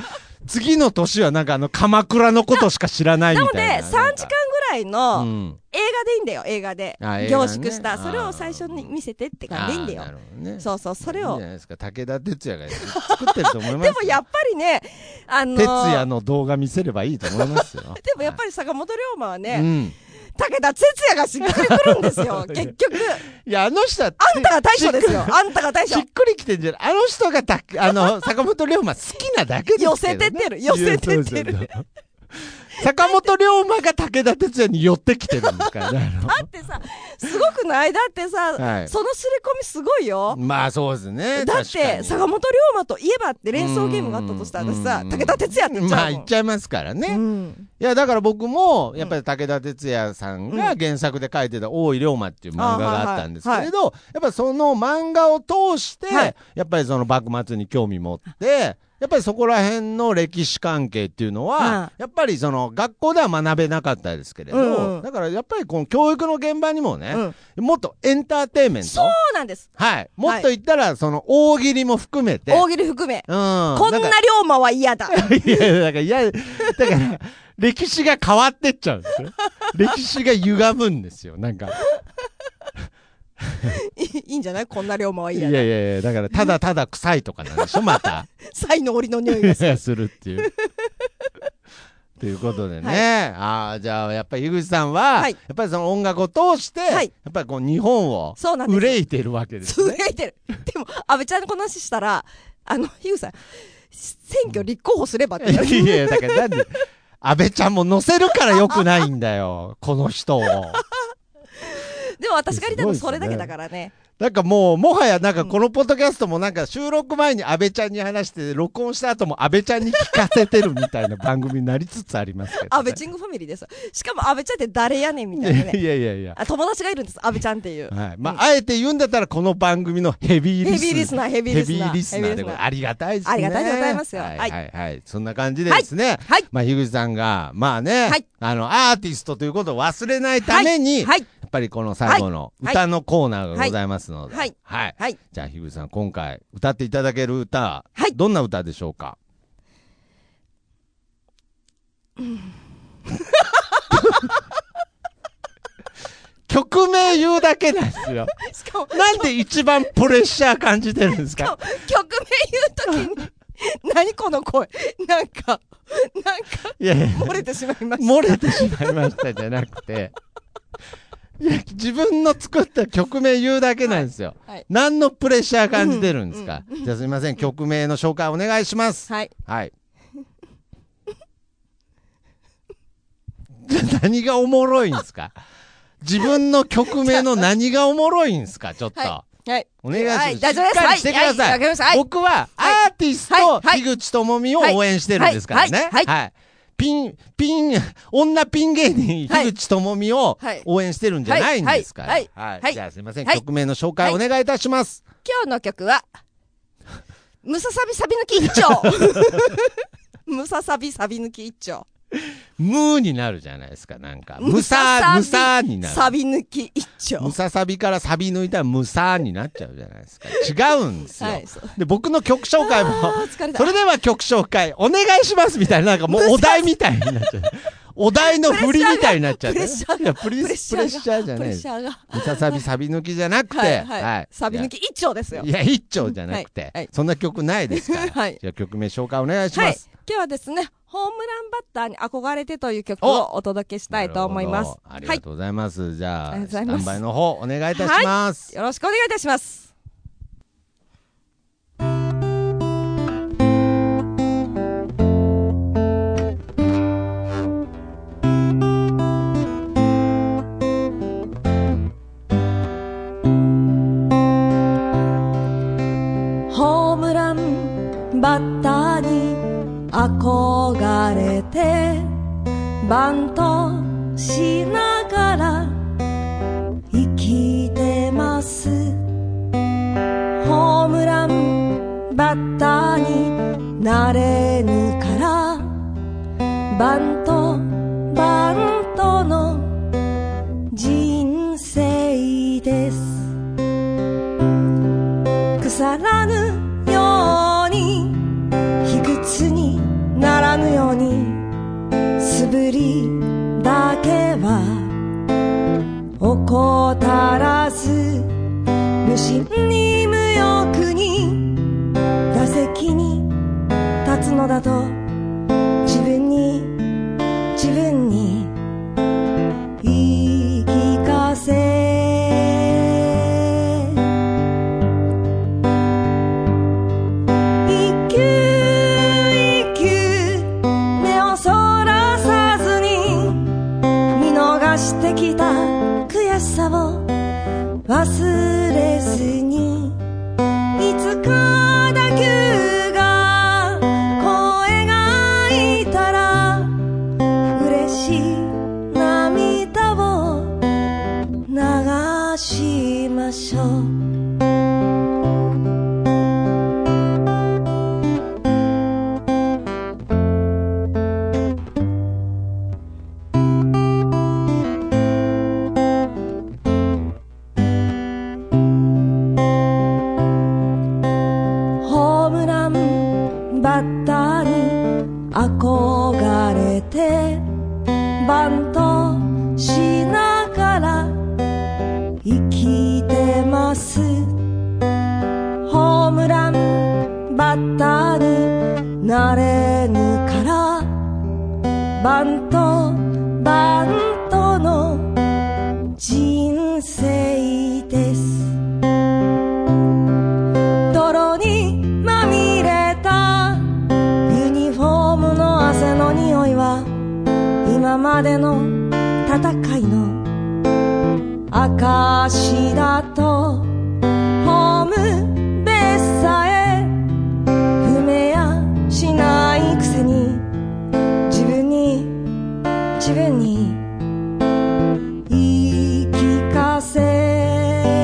A: 次の年はなんかあの、鎌倉のことしか知らない
B: な
A: み
B: ので、
A: たいな。
B: 3時間ぐらいの、
A: うん
B: 映画でいいんだよ、映画で。
A: あ映画ね
B: 凝縮した。それを最初に見せてって感じでいいんだ
A: あーな
B: よ。
A: るほどね
B: そうそう、それ
A: いいん
B: を
A: じゃ。ないですか武田鉄矢が作ってると思います
B: で
A: よ
B: もやっぱりね、あのー、
A: 鉄矢の動画見せればいいと思いますよ
B: *laughs* でもやっぱり坂本龍馬は
A: う
B: ね、
A: ん
B: 武田鉄矢がしっくりくるんで
A: *laughs*
B: すよ、結局。
A: いやあの人は
B: あんたが大将ですよ。あんたが大
A: し
B: 将
A: っ。くりきてんじゃないあの人がたあの坂本龍馬好きなだけですけど、ね、
B: 寄せてってる寄せてってる
A: いやそうそうそう *laughs* 坂本龍馬が武田鉄矢に寄ってきてるんですからね。
B: だってさ、すごくないだってさ、
A: はい
B: その刷り込みすごい
A: あ
B: よ
A: の。まあそうですね。
B: だっ
A: 確か
B: て、
A: に
B: 坂本龍馬といえばって連想ゲームがあったとしたら、私さ、
A: うん
B: 武田鉄矢って言っちゃうもん。
A: まあ言っちゃいますからね。
B: う
A: い
B: ん
A: や、だから僕も、やっぱり武田鉄矢さんが原作で書いてた大井龍馬っていう漫画があったんですけれど、やっぱその漫画を通して、
B: はい
A: やっぱりその幕末に興味持って、やっぱりそこら辺の歴史関係っていうの
B: は
A: は、やっぱりその学校では学べなかったですけれど、
B: うんうん
A: だからやっぱりこの教育の現場にもね、
B: うん
A: もっとエンターテインメント。
B: そうなんです。
A: はい。もっと言ったら、その大喜利も含めて。
B: 大喜利含め。
A: うん。
B: こんな龍
A: か
B: 馬は嫌だ。 *laughs*
A: いやいや、だから、いや、だから、歴史が変わってっちゃうんですよ。歴史が歪むんですよ。なんか。
B: いいいんじゃないこんな龍馬はい
A: や
B: 嫌
A: い
B: だ。
A: やいや、だから、ただただ臭いとかなんでしょ、ま
B: *laughs*
A: た。
B: 才能折りの匂いがする。
A: するっていう。ということでね、ああ、じゃあ、やっぱり井口さんは、
B: はい
A: やっぱりその音楽を通して、
B: はい
A: やっぱりこう、日本を
B: そうなんです
A: 憂いてるわけですね。
B: 震えてる。でも、安倍ちゃんのこの話したら、あの、ヒューさん、選挙立候補すればって言われて
A: いやいや、だからなんで、安倍ちゃんも乗せるから良くないんだよ、この人を。
B: でも私がりたいのそれだけだからね。
A: なんかもう、もはやなんかこのポッドキャストもなんか収録前に安倍ちゃんに話して、録音した後も安倍ちゃんに聞かせてるみたいな番組になりつつあります
B: *laughs*
A: けど、ね。
B: 安倍チングファミリーです。しかも安倍ちゃんって誰やねんみたいないね。
A: やいやいや。
B: あ友達がいるんです、安倍ちゃんっていう。
A: はい。まあ、あえて言うんだったら、この番組のヘビー
B: ヘ
A: リスナー。
B: ビーリスナー、ヘビー
A: ヘ
B: リス
A: ビ
B: ナー。
A: ーリスナーでございますありがたいですね。
B: ありがたいでございますよ
A: はいは
B: はいい
A: はい。そんな感じでですね。
B: はい
A: まあ、樋口さんが、まあね
B: はい、
A: あの、アーティストということを忘れないために、や
B: はい。
A: っぱりこの最後の
B: はい
A: 歌のコーナーがございますので。
B: はいは
A: は
B: い
A: い。
B: はい。
A: じゃあ、樋口さん、今回歌っていただける歌、
B: はい
A: どんな歌でしょう *laughs* か曲名言うだけなんですよ。
B: しかも、
A: なんで一番プレッシャー感じてるんです
B: しか
A: か
B: も曲名言うときに、何この声。なんか、なんか、
A: いやいや、
B: 漏れてしまいました。
A: 漏れてしまいましたじゃなくて、いや自分の作った曲名言うだけなんですよ。
B: はい。
A: 何のプレッシャー感じてるんですか、じゃあすみません、曲名の紹介お願いします。
B: はい。
A: はい。 *laughs* じゃあ何がおもろいんですか自分の曲名
B: *laughs*
A: の何がおもろいんですかちょっと。
B: はい。はい。
A: お願いします。
B: はい大丈夫で
A: しっ
B: す
A: かりしてくだ
B: はいはい
A: さい。
B: わかりましたはい
A: 僕は
B: はい
A: アーティスト、
B: はいはい
A: 樋口智美を応援してるんですからね。
B: はいはい
A: ピン、ピン、女ピン芸人、
B: はい
A: 樋口智美を
B: はい
A: 応援してるんじゃないんですから。は
B: はいい。
A: はい
B: はい
A: じゃあすいません、
B: はい
A: 曲名の紹介お願いいたします。
B: 今日の曲は、ムササビサビ抜き一
A: *laughs*
B: 丁。ムササビサビ抜き一丁。
A: ムーになるじゃないですか、なんか。ムサ、ム
B: ム
A: サ
B: ササ
A: になる。
B: サビ抜き一
A: *laughs*
B: 丁。
A: ムササビからサビ抜いたらムサになっちゃうじゃないですか。違うんですよ。
B: はいそう
A: で、僕の曲紹
B: *laughs*
A: 介も
B: あー疲れ、た
A: それでは曲紹介お願いしますみたいな、なんかもうお題みたいになっ
B: *laughs*
A: ちゃう。お題の振りみたいになっちゃう。
B: プレッシャー
A: い
B: が
A: や、プリ
B: プレッシ
A: ス
B: ャ
A: プ
B: ーが
A: レッシャーじゃ
B: プ
A: ない
B: レ
A: で
B: ッシ
A: す。
B: ャーが。
A: ムササビサビ抜きじゃなくて、
B: はいはい、サビ抜き一丁ですよ。
A: いや、一丁じゃなくて、
B: はいはい
A: そんな曲ないですから。
B: *laughs* はい
A: じゃあ曲名紹介お願いし
B: は
A: ま
B: い
A: す。。
B: 今日はですね、ホームランバッターに憧れてという曲をお届けしたいと思いま
A: なる
B: す。
A: ほどありが
B: はい。
A: とうございます。じゃ
B: あ
A: あ、
B: りがとうご
A: ス
B: ざい
A: タ
B: ます
A: ンバイの方お願いいたします。
B: よろしくお願いいたします。ホームランバッターに憧れてバントしながら生きてますホームランバッターになれぬからバントバントの人生です腐らぬように卑屈にならぬように素振りだけは怠らず無心に無欲に打席に立つのだと自分に自分に言い聞かせ一球一球目をそらさずバッターに憧れてバントしながら生きてますホームランバッターになれぬからバントバントの人生です泥にまみれたユニフォームの汗の匂いは今までの戦いの証だとホームでさえ不明やしないくせに自分に自分に言い聞かせ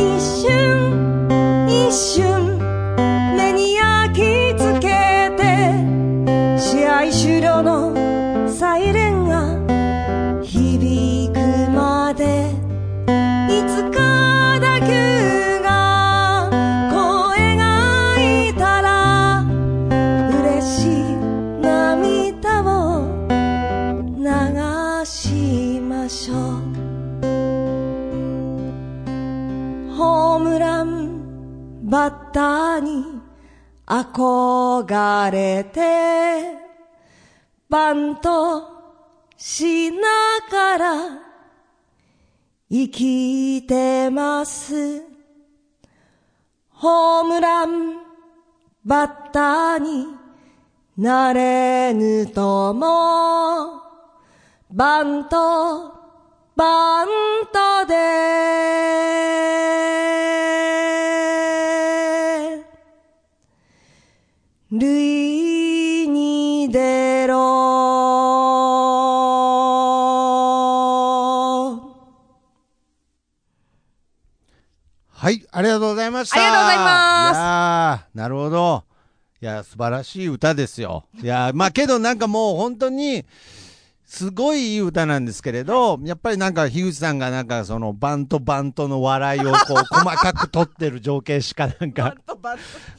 B: 一瞬一瞬目に焼き付けて試合終了のサイレンが響くまでいつか打球が声がいたら嬉しい涙を流しましょうホームランバッターに憧れてバントしながら生きてますホームランバッターになれぬともバントバントで塁に出ろ
A: はい、ありがとうございました。
B: ありがとうございます
A: いやーなるほど。いや、素晴らしい歌ですよ。いや、まあけどなんかもう本当に、すごいいい歌なんですけれど、やっぱりなんか、樋口さんがなんか、その、バントバントの笑いをこう、
B: *laughs*
A: 細かく取ってる情景しかなんか、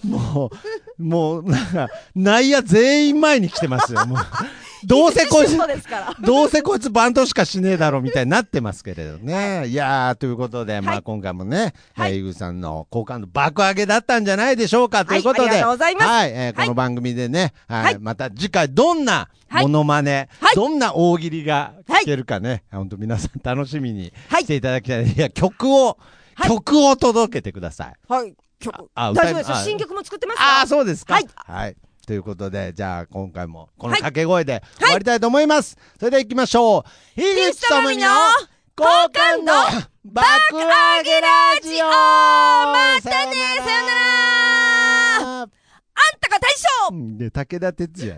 A: もう、もう、なんか、内野全員前に来てますよ、もう。どうせこい *laughs* つ
C: シフト、ですから。
A: どうせこいつバントしかしねえだろみたいになってますけれどね。いやー、ということで、まあ今回もね、
C: はい
A: えー、井口さんの好感度爆上げだったんじゃないでしょうかということで、
C: はいありがとうございます
A: はいえーこの番組でね、はい
C: はい
A: また次回どんなモノマネ、
C: はい
A: どんな大喜利が聞けるかね、本当皆さん楽しみに
C: はい
A: していただきたい。いや、曲を、
C: はい
A: 曲を届けてください。
C: はい。曲。
A: あ
C: 大
A: 歌い
C: 丈夫ですよ
A: あ
C: 新曲も作ってます
A: ああー、
C: よ。
A: そうですか。
C: はい
A: ということで、じゃあ今回もこの
C: はい
A: 掛け声で終わりたいと思います。それでは行きましょう。樋口智美の好感度爆上げラジオま
C: たねさよ
A: なら
C: あんたが大将
A: で、武田鉄矢。